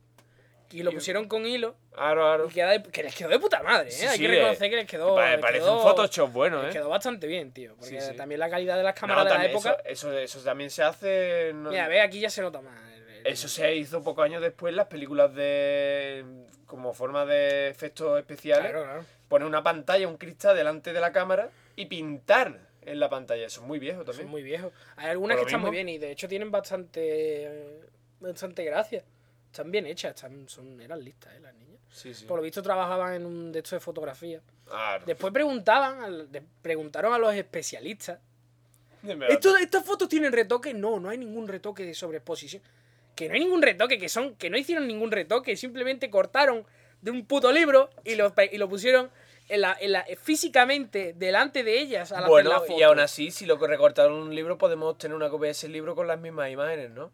[SPEAKER 1] y lo pusieron con hilo
[SPEAKER 2] Aro, aro.
[SPEAKER 1] y queda de- que les quedó de puta madre, ¿eh?
[SPEAKER 2] Sí,
[SPEAKER 1] Hay
[SPEAKER 2] sí,
[SPEAKER 1] que reconocer que les quedó...
[SPEAKER 2] Pa-
[SPEAKER 1] les
[SPEAKER 2] parece
[SPEAKER 1] quedó-
[SPEAKER 2] un Photoshop bueno,
[SPEAKER 1] les
[SPEAKER 2] ¿eh?
[SPEAKER 1] quedó bastante bien, tío. Porque
[SPEAKER 2] Sí, sí.
[SPEAKER 1] también la calidad de las
[SPEAKER 2] No,
[SPEAKER 1] cámaras de la
[SPEAKER 2] también
[SPEAKER 1] época...
[SPEAKER 2] Eso, eso, eso también se hace. no-
[SPEAKER 1] Mira, ve, aquí ya se nota más. el- el-
[SPEAKER 2] Eso se hizo pocos años después las películas de. como forma de efectos especiales.
[SPEAKER 1] Claro, claro.
[SPEAKER 2] Poner una pantalla, un cristal delante de la cámara y pintar en la pantalla. Eso es muy viejo también.
[SPEAKER 1] Son muy viejos. Hay algunas que
[SPEAKER 2] Por lo
[SPEAKER 1] están muy
[SPEAKER 2] mismo.
[SPEAKER 1] bien y de hecho tienen bastante eh, bastante gracia. Están bien hechas, están, son, eran listas, eh, las niñas.
[SPEAKER 2] Sí, sí. Ah,
[SPEAKER 1] Por lo visto trabajaban en un de estos de fotografía.
[SPEAKER 2] Aro.
[SPEAKER 1] Después preguntaban, al- de- preguntaron a los especialistas.
[SPEAKER 2] De verdad.
[SPEAKER 1] ¿Esto, ¿Estas fotos tienen retoque? No, no hay ningún retoque de sobreexposición. Que no hay ningún retoque, que son, que no hicieron ningún retoque, simplemente cortaron de un puto libro y lo, pe- y lo pusieron en la, en la- físicamente delante de ellas a la
[SPEAKER 2] Bueno,
[SPEAKER 1] hacer la foto.
[SPEAKER 2] y aún así, si lo recortaron un libro, podemos tener una copia de ese libro con las mismas imágenes, ¿no?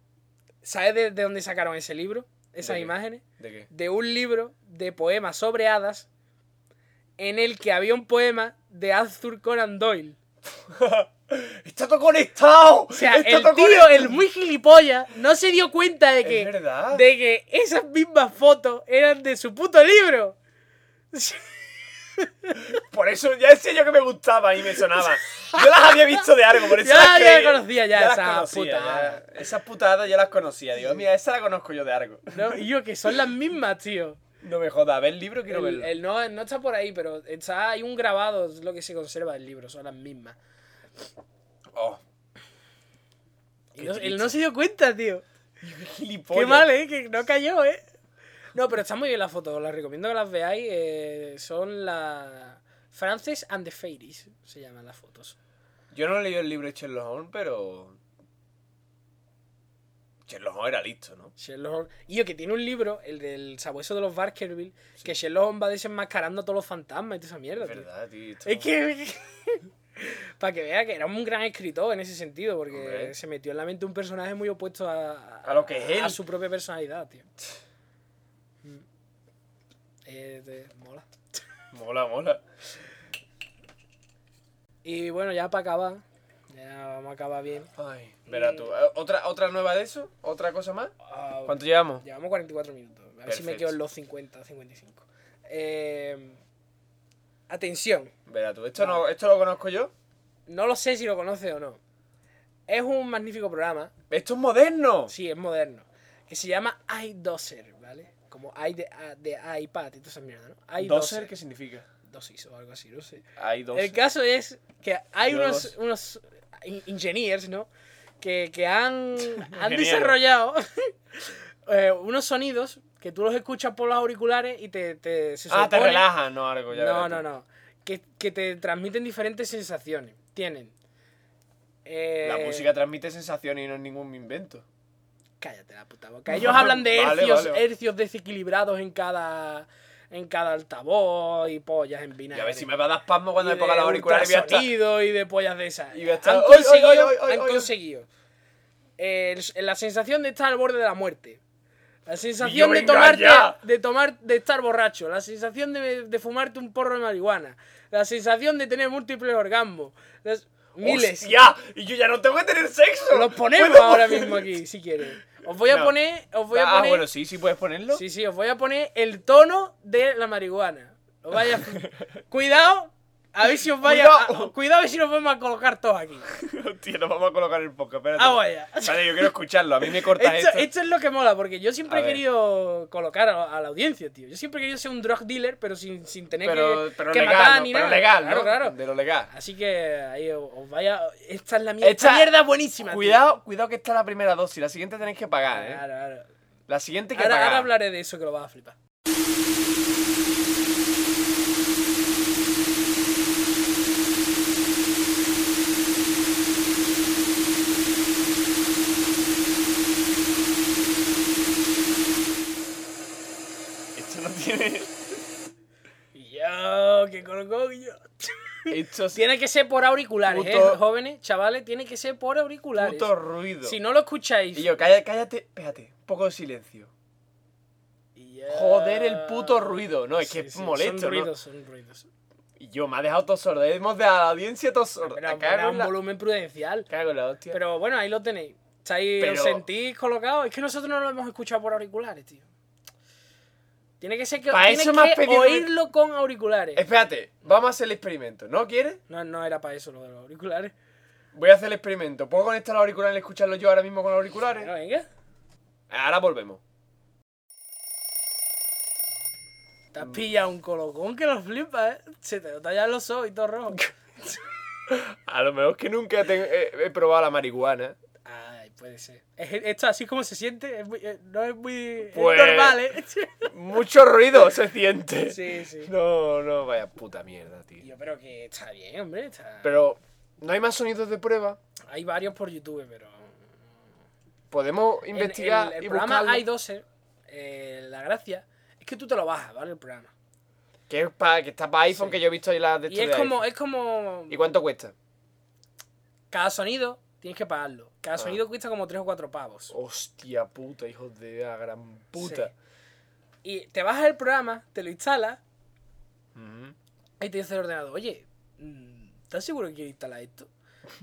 [SPEAKER 1] ¿Sabes de, de dónde sacaron ese libro? Esas
[SPEAKER 2] ¿De qué?
[SPEAKER 1] imágenes.
[SPEAKER 2] ¿De qué?
[SPEAKER 1] De un libro de poemas sobre hadas en el que había un poema de Arthur Conan Doyle.
[SPEAKER 2] ¡Está todo conectado!
[SPEAKER 1] O sea, el tío, el muy gilipollas, no se dio cuenta de
[SPEAKER 2] Es
[SPEAKER 1] que,
[SPEAKER 2] verdad.
[SPEAKER 1] de que esas mismas fotos eran de su puto libro.
[SPEAKER 2] Por eso ya decía yo que me gustaba y me sonaba. Yo las había visto de algo, por eso
[SPEAKER 1] *laughs* Ya-
[SPEAKER 2] las
[SPEAKER 1] ya
[SPEAKER 2] creí.
[SPEAKER 1] conocía ya
[SPEAKER 2] las
[SPEAKER 1] esa
[SPEAKER 2] conocía,
[SPEAKER 1] putada.
[SPEAKER 2] ya. Esas putadas ya las conocía. Digo, mira, esa la conozco yo de algo.
[SPEAKER 1] ¿no? Y yo, que son las mismas, tío.
[SPEAKER 2] No me jodas, a ver el libro quiero
[SPEAKER 1] El,
[SPEAKER 2] verlo.
[SPEAKER 1] el no, no está por ahí, pero está, hay un grabado, es lo que se conserva del libro, son las mismas.
[SPEAKER 2] Oh,
[SPEAKER 1] Y
[SPEAKER 2] Qué
[SPEAKER 1] no- él
[SPEAKER 2] triste.
[SPEAKER 1] no se dio cuenta, tío.
[SPEAKER 2] qué gilipollas.
[SPEAKER 1] Qué mal, ¿eh? Que no cayó, ¿eh? No, pero está muy bien la foto, os la recomiendo que las veáis. eh, son las. Frances and the Fairies se llaman las fotos.
[SPEAKER 2] Yo no he leído el libro de Sherlock Holmes, pero. Sherlock Holmes era listo, ¿no?
[SPEAKER 1] Sherlock Holmes. Y yo que tiene un libro, el del sabueso de los Baskerville, que Sherlock Holmes va desenmascarando a todos los fantasmas y toda esa mierda.
[SPEAKER 2] Es
[SPEAKER 1] tío.
[SPEAKER 2] verdad, tío. esto-
[SPEAKER 1] Es que. *laughs* Para que vea que era un gran escritor en ese sentido, porque
[SPEAKER 2] Hombre.
[SPEAKER 1] se metió en la mente un personaje muy opuesto a,
[SPEAKER 2] A lo que es él.
[SPEAKER 1] A su propia personalidad,
[SPEAKER 2] *sniffs*
[SPEAKER 1] tío. Mm. Eh, te- mola.
[SPEAKER 2] Mola, mola.
[SPEAKER 1] Y bueno, ya para acabar, ya vamos a acabar bien.
[SPEAKER 2] Ay, verá tú. Eh, ¿Otra, ¿Otra nueva de eso? ¿Otra cosa más?
[SPEAKER 1] Ah,
[SPEAKER 2] ¿Cuánto llevamos?
[SPEAKER 1] Llevamos 44 minutos. A ver si me
[SPEAKER 2] Perfecto.
[SPEAKER 1] quedo en los 50, 55. Eh, atención,
[SPEAKER 2] Verá tú. Esto, no, esto lo conozco yo.
[SPEAKER 1] no lo sé si lo conoce o no. Es un magnífico programa,
[SPEAKER 2] ¡Esto es moderno!
[SPEAKER 1] sí, es moderno, que se llama iDoser, ¿vale? Como i de, a- de iPad y toda esa mierda, ¿no?
[SPEAKER 2] ¿Doser
[SPEAKER 1] iDoser,
[SPEAKER 2] qué significa?
[SPEAKER 1] dosis o algo así, no sé.
[SPEAKER 2] Hay dos.
[SPEAKER 1] El caso es que hay
[SPEAKER 2] Yo
[SPEAKER 1] unos,
[SPEAKER 2] dos.
[SPEAKER 1] unos in- engineers, ¿no? Que, que
[SPEAKER 2] *laughs*
[SPEAKER 1] han, han
[SPEAKER 2] Ingeniero.
[SPEAKER 1] desarrollado *laughs* eh, unos sonidos que tú los escuchas por los auriculares y te, te se
[SPEAKER 2] Ah, te
[SPEAKER 1] supone-
[SPEAKER 2] relajas, no, algo ya.
[SPEAKER 1] No,
[SPEAKER 2] verás tú.
[SPEAKER 1] no, no. Que, que te transmiten diferentes sensaciones. Tienen. eh,
[SPEAKER 2] La música transmite sensaciones y no es ningún invento.
[SPEAKER 1] Cállate la puta boca.
[SPEAKER 2] *laughs*
[SPEAKER 1] Ellos hablan de
[SPEAKER 2] Vale,
[SPEAKER 1] hercios,
[SPEAKER 2] vale.
[SPEAKER 1] hercios desequilibrados en cada. En cada altavoz y pollas en
[SPEAKER 2] Y
[SPEAKER 1] vinagre.
[SPEAKER 2] a ver si me va a dar espasmo cuando
[SPEAKER 1] y
[SPEAKER 2] me ponga
[SPEAKER 1] de
[SPEAKER 2] los auriculares y voy a estar-
[SPEAKER 1] ultrasonido y de pollas de esas.
[SPEAKER 2] Y voy a estar,
[SPEAKER 1] han
[SPEAKER 2] "Oy, oy,
[SPEAKER 1] conseguido,
[SPEAKER 2] oy, oy, oy,
[SPEAKER 1] han
[SPEAKER 2] oy".
[SPEAKER 1] conseguido, eh, el- la sensación de estar al borde de la muerte. La
[SPEAKER 2] Tío,
[SPEAKER 1] sensación de
[SPEAKER 2] venga
[SPEAKER 1] tomarte,
[SPEAKER 2] ya.
[SPEAKER 1] de tomar, de estar borracho, la sensación de, de fumarte un porro de marihuana, la sensación de tener múltiples orgasmos, las- miles.
[SPEAKER 2] ¡Hostia! Y yo ya no tengo que tener sexo.
[SPEAKER 1] Los ponemos
[SPEAKER 2] ¿Puedo
[SPEAKER 1] ahora
[SPEAKER 2] *laughs* poner-
[SPEAKER 1] mismo aquí, si quieren. Os voy a
[SPEAKER 2] No.
[SPEAKER 1] poner, os voy a
[SPEAKER 2] Ah,
[SPEAKER 1] poner,
[SPEAKER 2] bueno, sí, sí puedes ponerlo.
[SPEAKER 1] sí, sí, os voy a poner el tono de la marihuana. Os
[SPEAKER 2] *laughs*
[SPEAKER 1] vaya, cuidado, a ver si os vaya,
[SPEAKER 2] Cuidado.
[SPEAKER 1] a- cuidado a ver si nos vamos a colocar todos
[SPEAKER 2] *laughs*
[SPEAKER 1] aquí.
[SPEAKER 2] *laughs* Hostia, nos vamos a colocar el podcast, espérate.
[SPEAKER 1] Ah, vaya.
[SPEAKER 2] Vale, yo quiero escucharlo. A mí me cortas
[SPEAKER 1] Esto,
[SPEAKER 2] esto.
[SPEAKER 1] esto es lo que mola, porque yo siempre
[SPEAKER 2] A
[SPEAKER 1] he
[SPEAKER 2] ver.
[SPEAKER 1] querido colocar a, a la audiencia, tío. Yo siempre he querido ser un drug dealer, pero sin, sin tener
[SPEAKER 2] pero
[SPEAKER 1] que,
[SPEAKER 2] pero
[SPEAKER 1] que
[SPEAKER 2] legal,
[SPEAKER 1] matar
[SPEAKER 2] ¿no?
[SPEAKER 1] ni
[SPEAKER 2] pero
[SPEAKER 1] nada.
[SPEAKER 2] legal,
[SPEAKER 1] claro,
[SPEAKER 2] ¿no?
[SPEAKER 1] claro. Ah,
[SPEAKER 2] De lo legal.
[SPEAKER 1] Así que ahí os, os vaya. Esta es la mierda.
[SPEAKER 2] Esta-
[SPEAKER 1] Esta mierda es buenísima. tío.
[SPEAKER 2] Cuidado, cuidado que está la primera dosis. La siguiente tenéis que pagar,
[SPEAKER 1] Claro,
[SPEAKER 2] ¿eh?
[SPEAKER 1] claro.
[SPEAKER 2] La siguiente que
[SPEAKER 1] Ahora,
[SPEAKER 2] pagar.
[SPEAKER 1] ahora hablaré de eso que lo vas a flipar.
[SPEAKER 2] Esto no
[SPEAKER 1] *laughs*
[SPEAKER 2] tiene...
[SPEAKER 1] Yo, que colocó yo.
[SPEAKER 2] Esto sí
[SPEAKER 1] Tiene que ser por auriculares,
[SPEAKER 2] Puto-
[SPEAKER 1] ¿eh? Jóvenes, chavales, tiene que ser por
[SPEAKER 2] es
[SPEAKER 1] auriculares.
[SPEAKER 2] puto ruido.
[SPEAKER 1] Si no lo escucháis.
[SPEAKER 2] Y yo, cállate, cállate, espérate, un poco de silencio.
[SPEAKER 1] Yo-
[SPEAKER 2] Joder, el puto ruido. No, es que es molesto,
[SPEAKER 1] Son
[SPEAKER 2] ¿no?
[SPEAKER 1] ruidos, son ruidos.
[SPEAKER 2] Y yo, me ha dejado todo sordo. eh, Hemos dejado a la audiencia todo sordo.
[SPEAKER 1] Pero era
[SPEAKER 2] cago,
[SPEAKER 1] un
[SPEAKER 2] en la...
[SPEAKER 1] volumen prudencial.
[SPEAKER 2] cago en la hostia.
[SPEAKER 1] Pero bueno, ahí lo tenéis. Estáis,
[SPEAKER 2] Pero-
[SPEAKER 1] os sentís colocados. Es que nosotros no lo hemos escuchado por auriculares, tío. Tiene que ser que,
[SPEAKER 2] Pa'
[SPEAKER 1] tienes
[SPEAKER 2] eso me has
[SPEAKER 1] que
[SPEAKER 2] pedido-
[SPEAKER 1] oírlo con auriculares.
[SPEAKER 2] Espérate, vamos a hacer el experimento. ¿No quieres?
[SPEAKER 1] No, no era para eso lo de los auriculares.
[SPEAKER 2] Voy a hacer el experimento. ¿Puedo conectar los auriculares y escucharlo yo ahora mismo con los auriculares?
[SPEAKER 1] Bueno, venga.
[SPEAKER 2] Ahora volvemos.
[SPEAKER 1] Te has pillado un colocón que lo flipa, ¿eh? Se te nota ya los ojos y todo rojo.
[SPEAKER 2] A lo mejor que nunca te- he, he probado la marihuana.
[SPEAKER 1] Ay, puede ser. Es- esto así como se siente, es muy- eh, no es muy es
[SPEAKER 2] Pues-
[SPEAKER 1] normal,
[SPEAKER 2] *laughs*
[SPEAKER 1] ¿eh?
[SPEAKER 2] Mucho ruido se
[SPEAKER 1] *laughs*
[SPEAKER 2] siente.
[SPEAKER 1] sí, sí.
[SPEAKER 2] No, no, vaya puta mierda, tío.
[SPEAKER 1] Yo creo que está bien, hombre. Está...
[SPEAKER 2] Pero, ¿no hay más sonidos de prueba?
[SPEAKER 1] Hay varios por YouTube, pero...
[SPEAKER 2] Podemos
[SPEAKER 1] En-
[SPEAKER 2] investigar
[SPEAKER 1] El, el
[SPEAKER 2] y
[SPEAKER 1] programa
[SPEAKER 2] buscarlo.
[SPEAKER 1] hay 12. eh, la gracia es que tú te lo bajas, ¿vale? El programa.
[SPEAKER 2] Que, es pa- que está para iPhone, que yo he visto ahí las de
[SPEAKER 1] Y
[SPEAKER 2] esto
[SPEAKER 1] es
[SPEAKER 2] de
[SPEAKER 1] como,
[SPEAKER 2] iPhone.
[SPEAKER 1] es como.
[SPEAKER 2] ¿Y cuánto cuesta?
[SPEAKER 1] Cada sonido tienes que pagarlo. Cada
[SPEAKER 2] Ah.
[SPEAKER 1] sonido cuesta como 3 o 4 pavos.
[SPEAKER 2] Oh. Hostia puta, hijos de la gran puta.
[SPEAKER 1] Sí. Y te bajas el programa, te lo instalas
[SPEAKER 2] Ujú.
[SPEAKER 1] y te dice el ordenador, oye, mm, ¿estás seguro que quieres instalar esto?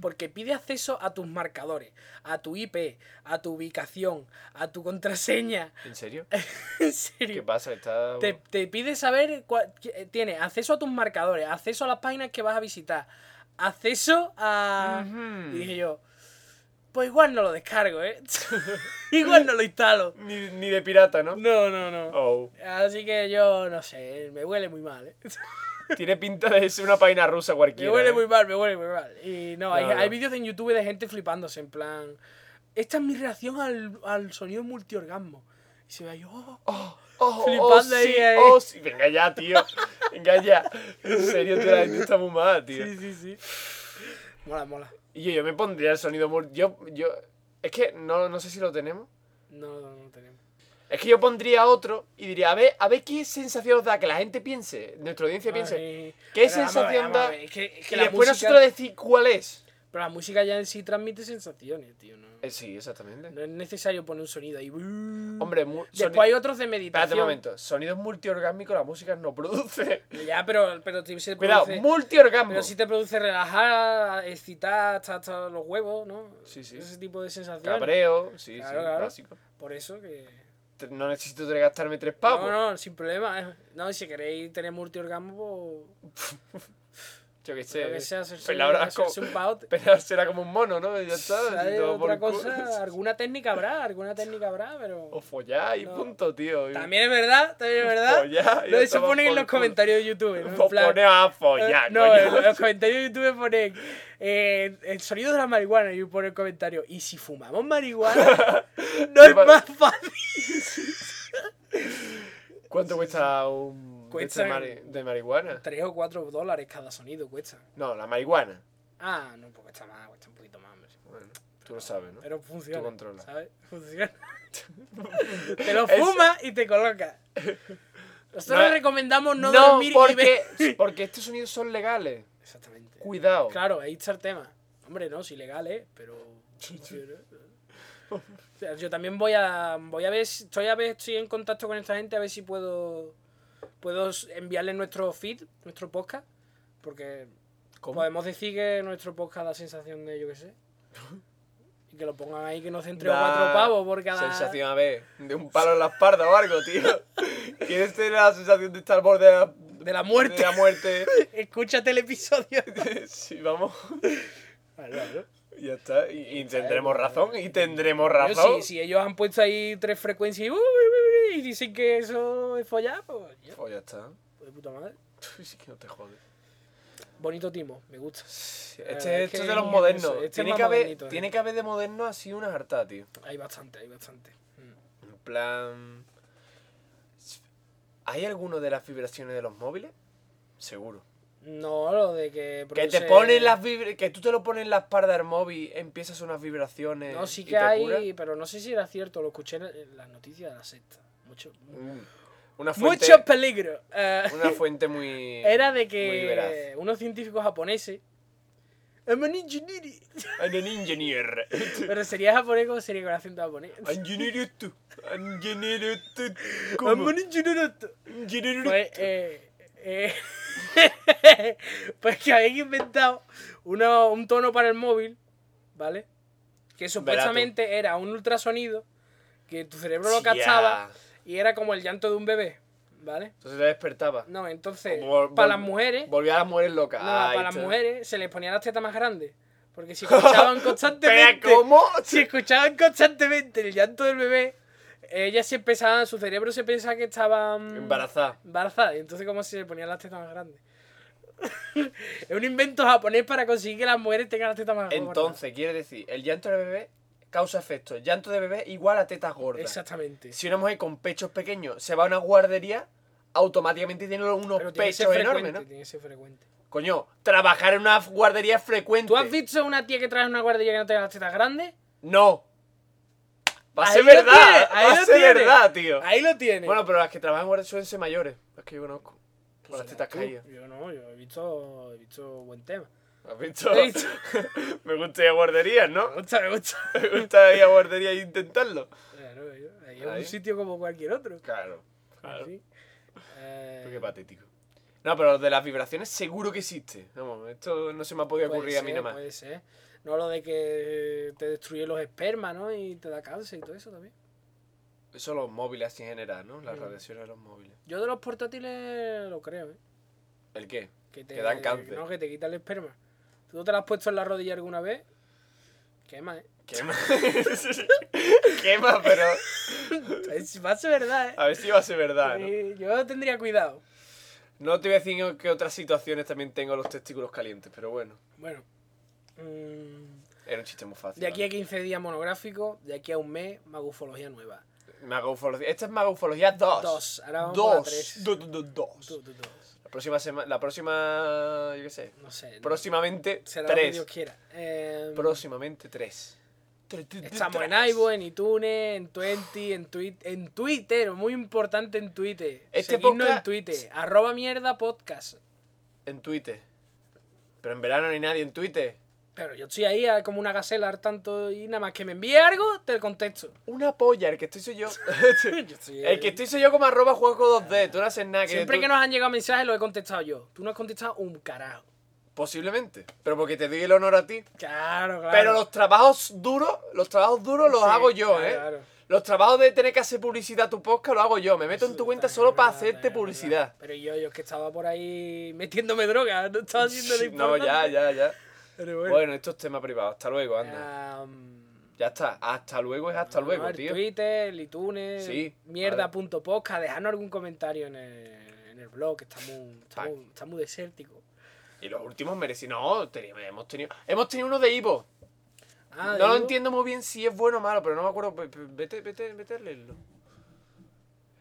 [SPEAKER 1] Porque pide acceso a tus marcadores, a tu IP, a tu ubicación, a tu contraseña. *laughs*
[SPEAKER 2] ¿En serio?
[SPEAKER 1] en
[SPEAKER 2] ¿Qué
[SPEAKER 1] serio.
[SPEAKER 2] pasa? Está...
[SPEAKER 1] Te, te pide saber, cua- qui- eh, tiene acceso a tus marcadores, acceso a las páginas que vas a visitar, acceso a...
[SPEAKER 2] Ujú.
[SPEAKER 1] Y dije yo, pues igual no lo descargo,
[SPEAKER 2] *laughs*
[SPEAKER 1] ¿eh? *laughs* igual no lo instalo.
[SPEAKER 2] Ni, ni de pirata, ¿no?
[SPEAKER 1] No, no, no.
[SPEAKER 2] Oh.
[SPEAKER 1] Así que yo, no sé, me huele muy mal, ¿eh?
[SPEAKER 2] Tiene pinta de ser una página rusa
[SPEAKER 1] Me
[SPEAKER 2] cualquiera.
[SPEAKER 1] huele
[SPEAKER 2] ¿eh?
[SPEAKER 1] muy mal, me huele muy mal. Y no, hay,
[SPEAKER 2] No, no.
[SPEAKER 1] hay vídeos en YouTube de gente flipándose, en plan... Esta es mi reacción al, al sonido multiorgasmo. Y se ve ahí, oh,
[SPEAKER 2] Oh, Oh,
[SPEAKER 1] Flipando
[SPEAKER 2] oh, sí,
[SPEAKER 1] ahí, eh. ahí.
[SPEAKER 2] oh, sí. Venga ya, tío. Venga ya. En serio, tío, la gente está muy mala, tío.
[SPEAKER 1] Sí, sí, sí. *sighs* Mola, mola.
[SPEAKER 2] Y yo, yo me pondría el sonido mur. Yo, yo. Es que no, no sé si lo tenemos.
[SPEAKER 1] No, no, no tenemos.
[SPEAKER 2] Es que yo pondría otro y diría, a ver, a ver qué sensación os da que la gente piense, nuestra audiencia piense.
[SPEAKER 1] Ay,
[SPEAKER 2] ¿Qué
[SPEAKER 1] pero vamos a ver,
[SPEAKER 2] sensación
[SPEAKER 1] vamos a
[SPEAKER 2] da?
[SPEAKER 1] ver, Es que, es que
[SPEAKER 2] y
[SPEAKER 1] la
[SPEAKER 2] después
[SPEAKER 1] música,
[SPEAKER 2] nosotros decir cuál es.
[SPEAKER 1] Pero la música ya en sí transmite sensaciones, tío. No,
[SPEAKER 2] Eh, sí, exactamente.
[SPEAKER 1] No es necesario poner un sonido ahí. Hombre,
[SPEAKER 2] Hombre, mu- soni-
[SPEAKER 1] Después hay otros de
[SPEAKER 2] espérate
[SPEAKER 1] meditación.
[SPEAKER 2] un momento. Sonidos multiorgásmicos la música
[SPEAKER 1] *laughs*
[SPEAKER 2] no produce. *laughs*
[SPEAKER 1] Ya, pero, pero te- se
[SPEAKER 2] Cuidado,
[SPEAKER 1] produce-
[SPEAKER 2] multiorgasmo.
[SPEAKER 1] Pero sí te produce relajar, excitar hasta, hasta los huevos, ¿no?
[SPEAKER 2] Sí, sí.
[SPEAKER 1] Ese tipo de sensaciones.
[SPEAKER 2] Cabreo, sí,
[SPEAKER 1] Claro,
[SPEAKER 2] sí,
[SPEAKER 1] claro.
[SPEAKER 2] básico.
[SPEAKER 1] Por eso que...
[SPEAKER 2] Te- No necesito tres- gastarme tres pavos.
[SPEAKER 1] No, no, sin problema. eh. No, y si queréis tener multiorgasmo, pues...
[SPEAKER 2] Yo qué
[SPEAKER 1] lo que
[SPEAKER 2] sé.
[SPEAKER 1] sea, hacerse,
[SPEAKER 2] Pelabra como-
[SPEAKER 1] hacerse un paote.
[SPEAKER 2] Pero será como un mono, ¿no? Y *laughs* Ya está.
[SPEAKER 1] ¿Sabes?
[SPEAKER 2] y todo por
[SPEAKER 1] Otra
[SPEAKER 2] el culo. *laughs*
[SPEAKER 1] cosa, alguna técnica habrá, alguna técnica habrá, pero...
[SPEAKER 2] O follar y
[SPEAKER 1] No.
[SPEAKER 2] punto, tío. Y-
[SPEAKER 1] También es verdad, también es verdad.
[SPEAKER 2] Follar y
[SPEAKER 1] Lo
[SPEAKER 2] ya
[SPEAKER 1] eso
[SPEAKER 2] estamos
[SPEAKER 1] ponen en
[SPEAKER 2] por
[SPEAKER 1] los
[SPEAKER 2] el culo.
[SPEAKER 1] comentarios de YouTube. ¿no? En
[SPEAKER 2] Vos
[SPEAKER 1] plan,
[SPEAKER 2] pones a *laughs*
[SPEAKER 1] eh,
[SPEAKER 2] follar,
[SPEAKER 1] no,
[SPEAKER 2] coño.
[SPEAKER 1] en los comentarios de YouTube ponen eh, el sonido de la marihuana y pone el comentario. Y si fumamos
[SPEAKER 2] *laughs*
[SPEAKER 1] marihuana, no es
[SPEAKER 2] Vale.
[SPEAKER 1] más fácil.
[SPEAKER 2] ¿Cuánto cuesta un este
[SPEAKER 1] Cuesta-
[SPEAKER 2] de, mari- de marihuana?
[SPEAKER 1] 3 o 4 dólares cada sonido cuesta.
[SPEAKER 2] No, la marihuana.
[SPEAKER 1] Ah, no, pues cuesta más, cuesta un poquito más, hombre.
[SPEAKER 2] Bueno, tú lo sabes, ¿no?
[SPEAKER 1] Pero funciona.
[SPEAKER 2] Tú controla.
[SPEAKER 1] ¿Sabes?
[SPEAKER 2] *laughs*
[SPEAKER 1] Funciona. te lo
[SPEAKER 2] Eso.
[SPEAKER 1] fumas y te
[SPEAKER 2] *laughs*
[SPEAKER 1] colocas. Nosotros
[SPEAKER 2] No,
[SPEAKER 1] recomendamos no,
[SPEAKER 2] No,
[SPEAKER 1] dormir y
[SPEAKER 2] porque, *laughs*
[SPEAKER 1] ver.
[SPEAKER 2] porque estos sonidos son legales.
[SPEAKER 1] Exactamente.
[SPEAKER 2] Cuidado.
[SPEAKER 1] Claro, ahí está el tema. Hombre, no, es ilegal, ¿eh?
[SPEAKER 2] *laughs*
[SPEAKER 1] Pero... O sea, Yo también voy a voy a ver, si- estoy a ver, estoy en contacto con esta gente a ver si puedo puedo enviarles nuestro feed, nuestro podcast, porque
[SPEAKER 2] ¿Cómo?
[SPEAKER 1] podemos decir que nuestro podcast da sensación de yo qué sé. Y que lo pongan ahí que nos den tres o
[SPEAKER 2] Da
[SPEAKER 1] cuatro pavos por cada
[SPEAKER 2] Sensación, a ver, de un palo en la espalda o
[SPEAKER 1] *laughs*
[SPEAKER 2] algo, tío. ¿Quieres tener la sensación de estar al borde de la,
[SPEAKER 1] de la muerte.
[SPEAKER 2] de
[SPEAKER 1] *laughs*
[SPEAKER 2] la muerte?
[SPEAKER 1] *laughs* Escúchate el episodio.
[SPEAKER 2] sí, vamos.
[SPEAKER 1] Vale, vale.
[SPEAKER 2] Ya está. Y, y tendremos
[SPEAKER 1] Claro.
[SPEAKER 2] razón. Y tendremos
[SPEAKER 1] Pero
[SPEAKER 2] razón.
[SPEAKER 1] si, si ellos han puesto ahí tres frecuencias y, uy, uy, uy, y dicen que eso es follar, pues ya,
[SPEAKER 2] Pues ya está.
[SPEAKER 1] pues de puta madre.
[SPEAKER 2] Sí que no te jodes.
[SPEAKER 1] Bonito timo, me gusta.
[SPEAKER 2] Este,
[SPEAKER 1] Eh, es
[SPEAKER 2] esto
[SPEAKER 1] que
[SPEAKER 2] es de los
[SPEAKER 1] es
[SPEAKER 2] modernos.
[SPEAKER 1] eso, este es
[SPEAKER 2] tiene,
[SPEAKER 1] más
[SPEAKER 2] que haber,
[SPEAKER 1] modernito, ¿eh?
[SPEAKER 2] tiene que haber de moderno así unas hartas, tío.
[SPEAKER 1] Hay bastante, hay bastante. Mm.
[SPEAKER 2] En plan. ¿Hay alguno de las vibraciones de los móviles? Seguro.
[SPEAKER 1] No, lo de que.
[SPEAKER 2] Que te
[SPEAKER 1] produce-
[SPEAKER 2] ponen las vibra- que tú te lo pones en la espalda del móvil, empiezas unas vibraciones.
[SPEAKER 1] No, sí
[SPEAKER 2] y
[SPEAKER 1] que
[SPEAKER 2] te
[SPEAKER 1] hay,
[SPEAKER 2] cura.
[SPEAKER 1] pero no sé si era cierto, lo escuché en- en las noticias de la sexta. Mucho,
[SPEAKER 2] Mm. Una fuente,
[SPEAKER 1] mucho peligro. Eh,
[SPEAKER 2] una fuente muy.
[SPEAKER 1] *laughs* era de
[SPEAKER 2] muy veraz.
[SPEAKER 1] que unos científicos japoneses. I'm an engineer.
[SPEAKER 2] I'm an engineer.
[SPEAKER 1] Pero sería japonés como sería con acento japonés.
[SPEAKER 2] *laughs* Engineer tú. Engineer tú.
[SPEAKER 1] I'm
[SPEAKER 2] ¿Cómo?
[SPEAKER 1] an engineer.
[SPEAKER 2] Engineer tú.
[SPEAKER 1] Pues, eh, eh, *laughs* pues que habéis inventado uno- un tono para el móvil, ¿vale? Que supuestamente era un ultrasonido que tu cerebro lo
[SPEAKER 2] Ya.
[SPEAKER 1] captaba y era como el llanto de un bebé, ¿vale?
[SPEAKER 2] Entonces te despertaba.
[SPEAKER 1] No, entonces,
[SPEAKER 2] Vol- vol-
[SPEAKER 1] para las mujeres,
[SPEAKER 2] Volví a las mujeres locas.
[SPEAKER 1] no,
[SPEAKER 2] Ahí
[SPEAKER 1] para las
[SPEAKER 2] está.
[SPEAKER 1] mujeres se les ponían las tetas más grandes. Porque
[SPEAKER 2] *laughs*
[SPEAKER 1] si escuchaban
[SPEAKER 2] Espera,
[SPEAKER 1] constantemente.
[SPEAKER 2] ¿cómo?
[SPEAKER 1] Si escuchaban constantemente el llanto del bebé, ellas se empezaban, su cerebro se pensaba que estaban.
[SPEAKER 2] Embarazada.
[SPEAKER 1] Embarazada, y entonces como se le ponían las tetas más grandes. *laughs* es un invento japonés para conseguir que las mujeres tengan las tetas más gordas.
[SPEAKER 2] Entonces, quiere decir, el llanto de bebé causa efecto. El llanto de bebé igual a tetas gordas.
[SPEAKER 1] Exactamente.
[SPEAKER 2] Si una mujer con pechos pequeños se va a una guardería, automáticamente tiene unos
[SPEAKER 1] Pero tiene que ser
[SPEAKER 2] pechos
[SPEAKER 1] frecuente,
[SPEAKER 2] enormes, ¿no?
[SPEAKER 1] tiene que ser frecuente.
[SPEAKER 2] Coño, trabajar en una guardería es frecuente.
[SPEAKER 1] ¿Tú has visto una tía que trae una guardería que no tenga las tetas grandes?
[SPEAKER 2] No. Va a
[SPEAKER 1] Ahí
[SPEAKER 2] ser
[SPEAKER 1] lo
[SPEAKER 2] verdad.
[SPEAKER 1] tiene, ahí
[SPEAKER 2] va a
[SPEAKER 1] lo
[SPEAKER 2] ser
[SPEAKER 1] tiene.
[SPEAKER 2] verdad, tío.
[SPEAKER 1] Ahí lo tienes.
[SPEAKER 2] Bueno, pero las que trabajan en guarderías suelen ser mayores. Las que yo conozco. Con las tetas
[SPEAKER 1] Pues Tú,
[SPEAKER 2] caídas.
[SPEAKER 1] Yo no, yo he visto, he visto buen tema. *laughs*
[SPEAKER 2] ¿Has visto?
[SPEAKER 1] He visto.
[SPEAKER 2] *laughs* Me gusta ir a guarderías,
[SPEAKER 1] Me
[SPEAKER 2] ¿no?
[SPEAKER 1] gusta, me gusta.
[SPEAKER 2] *laughs* Me gusta ir a guarderías e intentarlo.
[SPEAKER 1] Claro, yo- ahí es
[SPEAKER 2] Ahí.
[SPEAKER 1] un sitio como cualquier otro.
[SPEAKER 2] Claro. Claro.
[SPEAKER 1] Sí. Eh,
[SPEAKER 2] Qué patético. No, pero lo de las vibraciones seguro que existe. Vamos, esto no se me ha podido
[SPEAKER 1] Puede
[SPEAKER 2] ocurrir a mí
[SPEAKER 1] ser,
[SPEAKER 2] nada más.
[SPEAKER 1] Puede ser. No lo de que te destruye los espermas, ¿no? Y te da cáncer y todo eso también.
[SPEAKER 2] Eso los móviles así en general, ¿no? Las
[SPEAKER 1] Mm.
[SPEAKER 2] radiaciones de los móviles.
[SPEAKER 1] Yo de los portátiles lo creo, ¿eh?
[SPEAKER 2] ¿El qué?
[SPEAKER 1] Que te,
[SPEAKER 2] Que dan cáncer.
[SPEAKER 1] No, que te quita el esperma. ¿Tú no te lo has puesto en la rodilla alguna vez? Quema, ¿eh?
[SPEAKER 2] Quema. *laughs* Quema, pero.
[SPEAKER 1] Es más de verdad,
[SPEAKER 2] *laughs*
[SPEAKER 1] ¿eh?
[SPEAKER 2] A ver si va a ser verdad, ¿no?
[SPEAKER 1] Eh, Yo tendría cuidado.
[SPEAKER 2] No te voy a decir que otras situaciones también tengo los testículos calientes, pero bueno.
[SPEAKER 1] Bueno. mm,
[SPEAKER 2] Era un chiste muy fácil.
[SPEAKER 1] de aquí
[SPEAKER 2] ¿vale?
[SPEAKER 1] a 15 días monográfico, de aquí a un mes, magufología nueva.
[SPEAKER 2] Magoufología. Esta es Magoufología 2.
[SPEAKER 1] Dos. Ahora vamos por la tres.
[SPEAKER 2] 2. 2.
[SPEAKER 1] Tú, tú, tú.
[SPEAKER 2] La próxima semana. La próxima. Yo qué sé.
[SPEAKER 1] No sé.
[SPEAKER 2] Próximamente
[SPEAKER 1] Será lo que
[SPEAKER 2] 3.
[SPEAKER 1] Dios quiera. Eh,
[SPEAKER 2] Próximamente 3.
[SPEAKER 1] *laughs* estamos en eh. iVoox, en iTunes, en Twenty, en, Twi- en Twitter. Muy importante en Twitter.
[SPEAKER 2] Este
[SPEAKER 1] Seguidnos
[SPEAKER 2] podcast-
[SPEAKER 1] en Twitter. Arroba mierda podcast.
[SPEAKER 2] En Twitter. Pero en verano no hay nadie en Twitter.
[SPEAKER 1] Pero yo estoy ahí ah, como una gacela al tanto y nada más que me envíe algo, te contesto.
[SPEAKER 2] Una polla, el que estoy soy yo.
[SPEAKER 1] *laughs* Yo estoy-
[SPEAKER 2] *laughs* el que estoy soy yo como arroba juego 2D. Tú no haces nada.
[SPEAKER 1] Siempre
[SPEAKER 2] tú-
[SPEAKER 1] que nos han llegado mensajes los he contestado yo. Tú no has contestado un carajo.
[SPEAKER 2] Posiblemente. Pero porque te doy el honor a ti.
[SPEAKER 1] Claro, claro.
[SPEAKER 2] Pero los trabajos duros, los trabajos duros los
[SPEAKER 1] Sí,
[SPEAKER 2] hago yo,
[SPEAKER 1] claro,
[SPEAKER 2] ¿eh?
[SPEAKER 1] claro.
[SPEAKER 2] Los trabajos de tener que hacer publicidad a tu podcast lo hago yo. Me meto en tu cuenta solo para hacerte publicidad.
[SPEAKER 1] Pero yo, yo es que estaba por ahí metiéndome droga, *laughs* no estaba haciendo lo
[SPEAKER 2] No, ya,
[SPEAKER 1] importante.
[SPEAKER 2] ya, ya.
[SPEAKER 1] Pero bueno.
[SPEAKER 2] Bueno, esto es tema privado. Hasta luego, anda.
[SPEAKER 1] Um,
[SPEAKER 2] Ya está. Hasta luego es hasta luego,
[SPEAKER 1] el
[SPEAKER 2] tío.
[SPEAKER 1] Twitter, el iTunes,
[SPEAKER 2] Sí,
[SPEAKER 1] mierda.podcast, dejadnos algún comentario en el, en el blog, que está muy, está
[SPEAKER 2] Vale.
[SPEAKER 1] muy- está muy desértico.
[SPEAKER 2] Y los últimos merecidos. No, teníamos- hemos tenido. Hemos tenido uno de Ivo.
[SPEAKER 1] Ah,
[SPEAKER 2] no lo
[SPEAKER 1] digo,
[SPEAKER 2] entiendo muy bien si es bueno o malo, pero no me acuerdo. P- p- Vete, vete, vete a leerlo.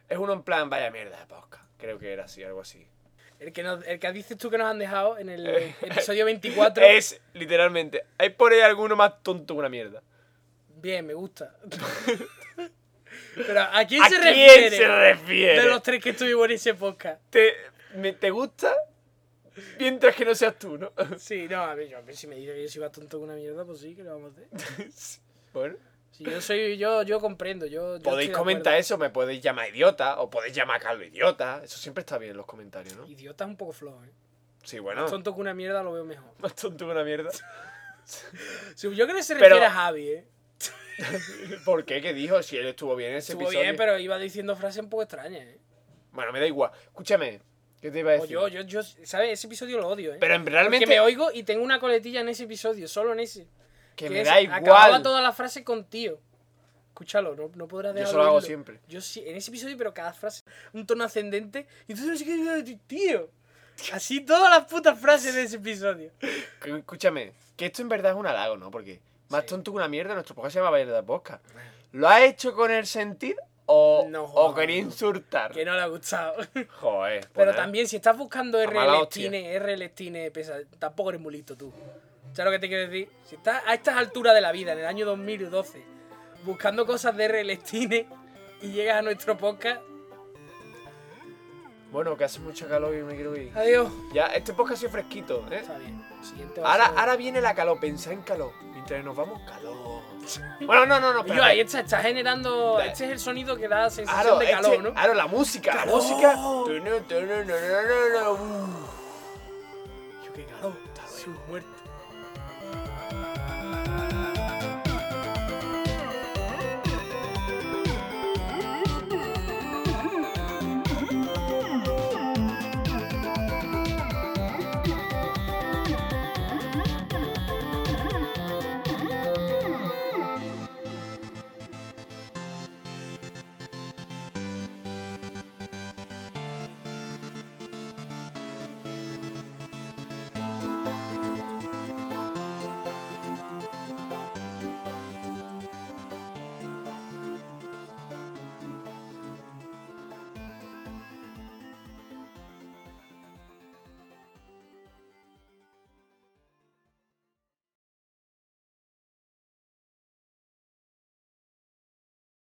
[SPEAKER 2] Es uno en plan, vaya mierda de podcast. Creo que era así, algo así.
[SPEAKER 1] El que, nos- el que dices tú que nos han dejado en el episodio 24.
[SPEAKER 2] Eh. *laughs* Es, literalmente. Hay por ahí alguno más tonto que una mierda.
[SPEAKER 1] Bien, me gusta. Pero ¿a quién
[SPEAKER 2] ¿A
[SPEAKER 1] se
[SPEAKER 2] quién
[SPEAKER 1] refiere?
[SPEAKER 2] se refiere?
[SPEAKER 1] De los tres que estuvimos en ese podcast.
[SPEAKER 2] ¿Te, me- ¿Te gusta? Mientras que no seas tú, ¿no? *laughs*
[SPEAKER 1] Sí, no, a ver, yo, a ver, si me dice que yo soy bastante tonto con una mierda, pues sí, que lo vamos a hacer.
[SPEAKER 2] bueno.
[SPEAKER 1] Si yo soy, yo, yo comprendo, yo. yo estoy
[SPEAKER 2] Podéis
[SPEAKER 1] de
[SPEAKER 2] comentar
[SPEAKER 1] acuerdo.
[SPEAKER 2] eso, me podéis llamar idiota o podéis llamar a Carlos idiota. Eso siempre está bien en los comentarios, ¿no?
[SPEAKER 1] Idiota es un poco flojo, ¿eh?
[SPEAKER 2] Sí, bueno.
[SPEAKER 1] Tonto con una mierda lo veo mejor.
[SPEAKER 2] Más tonto que una mierda.
[SPEAKER 1] Sí, yo creo que se
[SPEAKER 2] Pero-
[SPEAKER 1] refiere a Javi, ¿eh?
[SPEAKER 2] *laughs* ¿Por qué? ¿Qué dijo? Si él estuvo bien en ese
[SPEAKER 1] Estuvo
[SPEAKER 2] episodio.
[SPEAKER 1] bien, pero iba diciendo frases un poco extrañas, ¿eh?
[SPEAKER 2] Bueno, me da igual. Escúchame. ¿Qué te iba a
[SPEAKER 1] O
[SPEAKER 2] decir?
[SPEAKER 1] yo, yo, yo, ¿sabes? Ese episodio lo odio, ¿eh?
[SPEAKER 2] Pero en realmente
[SPEAKER 1] Porque me oigo y tengo una coletilla en ese episodio, solo en ese.
[SPEAKER 2] que me
[SPEAKER 1] es,
[SPEAKER 2] da
[SPEAKER 1] Acababa
[SPEAKER 2] igual.
[SPEAKER 1] toda la frase con tío. Escúchalo, no, no podrás
[SPEAKER 2] Yo
[SPEAKER 1] dejar
[SPEAKER 2] eso
[SPEAKER 1] de
[SPEAKER 2] lo hago
[SPEAKER 1] oírlo.
[SPEAKER 2] siempre.
[SPEAKER 1] Yo sí, en ese episodio, pero cada frase, un tono ascendente. Y entonces no sé qué de ti, tío. Así todas las putas frases de ese episodio.
[SPEAKER 2] Que- Escúchame, que esto en verdad es un halago, ¿no? Porque más
[SPEAKER 1] Sí.
[SPEAKER 2] tonto que una mierda, nuestro podcast se llama Mierda Podcast. ¿Lo has hecho con el sentir o,
[SPEAKER 1] No,
[SPEAKER 2] o
[SPEAKER 1] joder.
[SPEAKER 2] quería insultar?
[SPEAKER 1] Que no le ha gustado. *laughs*
[SPEAKER 2] Joder. pues
[SPEAKER 1] Pero
[SPEAKER 2] nada.
[SPEAKER 1] también, si estás buscando
[SPEAKER 2] A mala
[SPEAKER 1] R-Lestine, R-Lestine, pesa, tampoco eres muy listo tú. ¿Sabes lo que te quiero decir? Si estás a estas alturas de la vida, en el año 2012, buscando cosas de R-Lestine y llegas a nuestro podcast,
[SPEAKER 2] Bueno, que hace mucho calor y me quiero ir.
[SPEAKER 1] adiós.
[SPEAKER 2] Ya, este podcast ha sido fresquito, ¿eh?
[SPEAKER 1] Está bien. Siguiente va a
[SPEAKER 2] Ahora,
[SPEAKER 1] ser-
[SPEAKER 2] ahora viene la calor, pensá en calor. Mientras nos vamos, calor. *laughs* Bueno, no, no, no,
[SPEAKER 1] Yo,
[SPEAKER 2] pero.
[SPEAKER 1] ahí está, está generando.
[SPEAKER 2] Da-
[SPEAKER 1] Este es el sonido que da sensación
[SPEAKER 2] Aro,
[SPEAKER 1] de calor,
[SPEAKER 2] este-
[SPEAKER 1] ¿no?
[SPEAKER 2] Aro, la música, la
[SPEAKER 1] Calor.
[SPEAKER 2] música. Tunu, tunu, nu, nu, nu, nu, nu.
[SPEAKER 1] Yo qué calor, su muerte.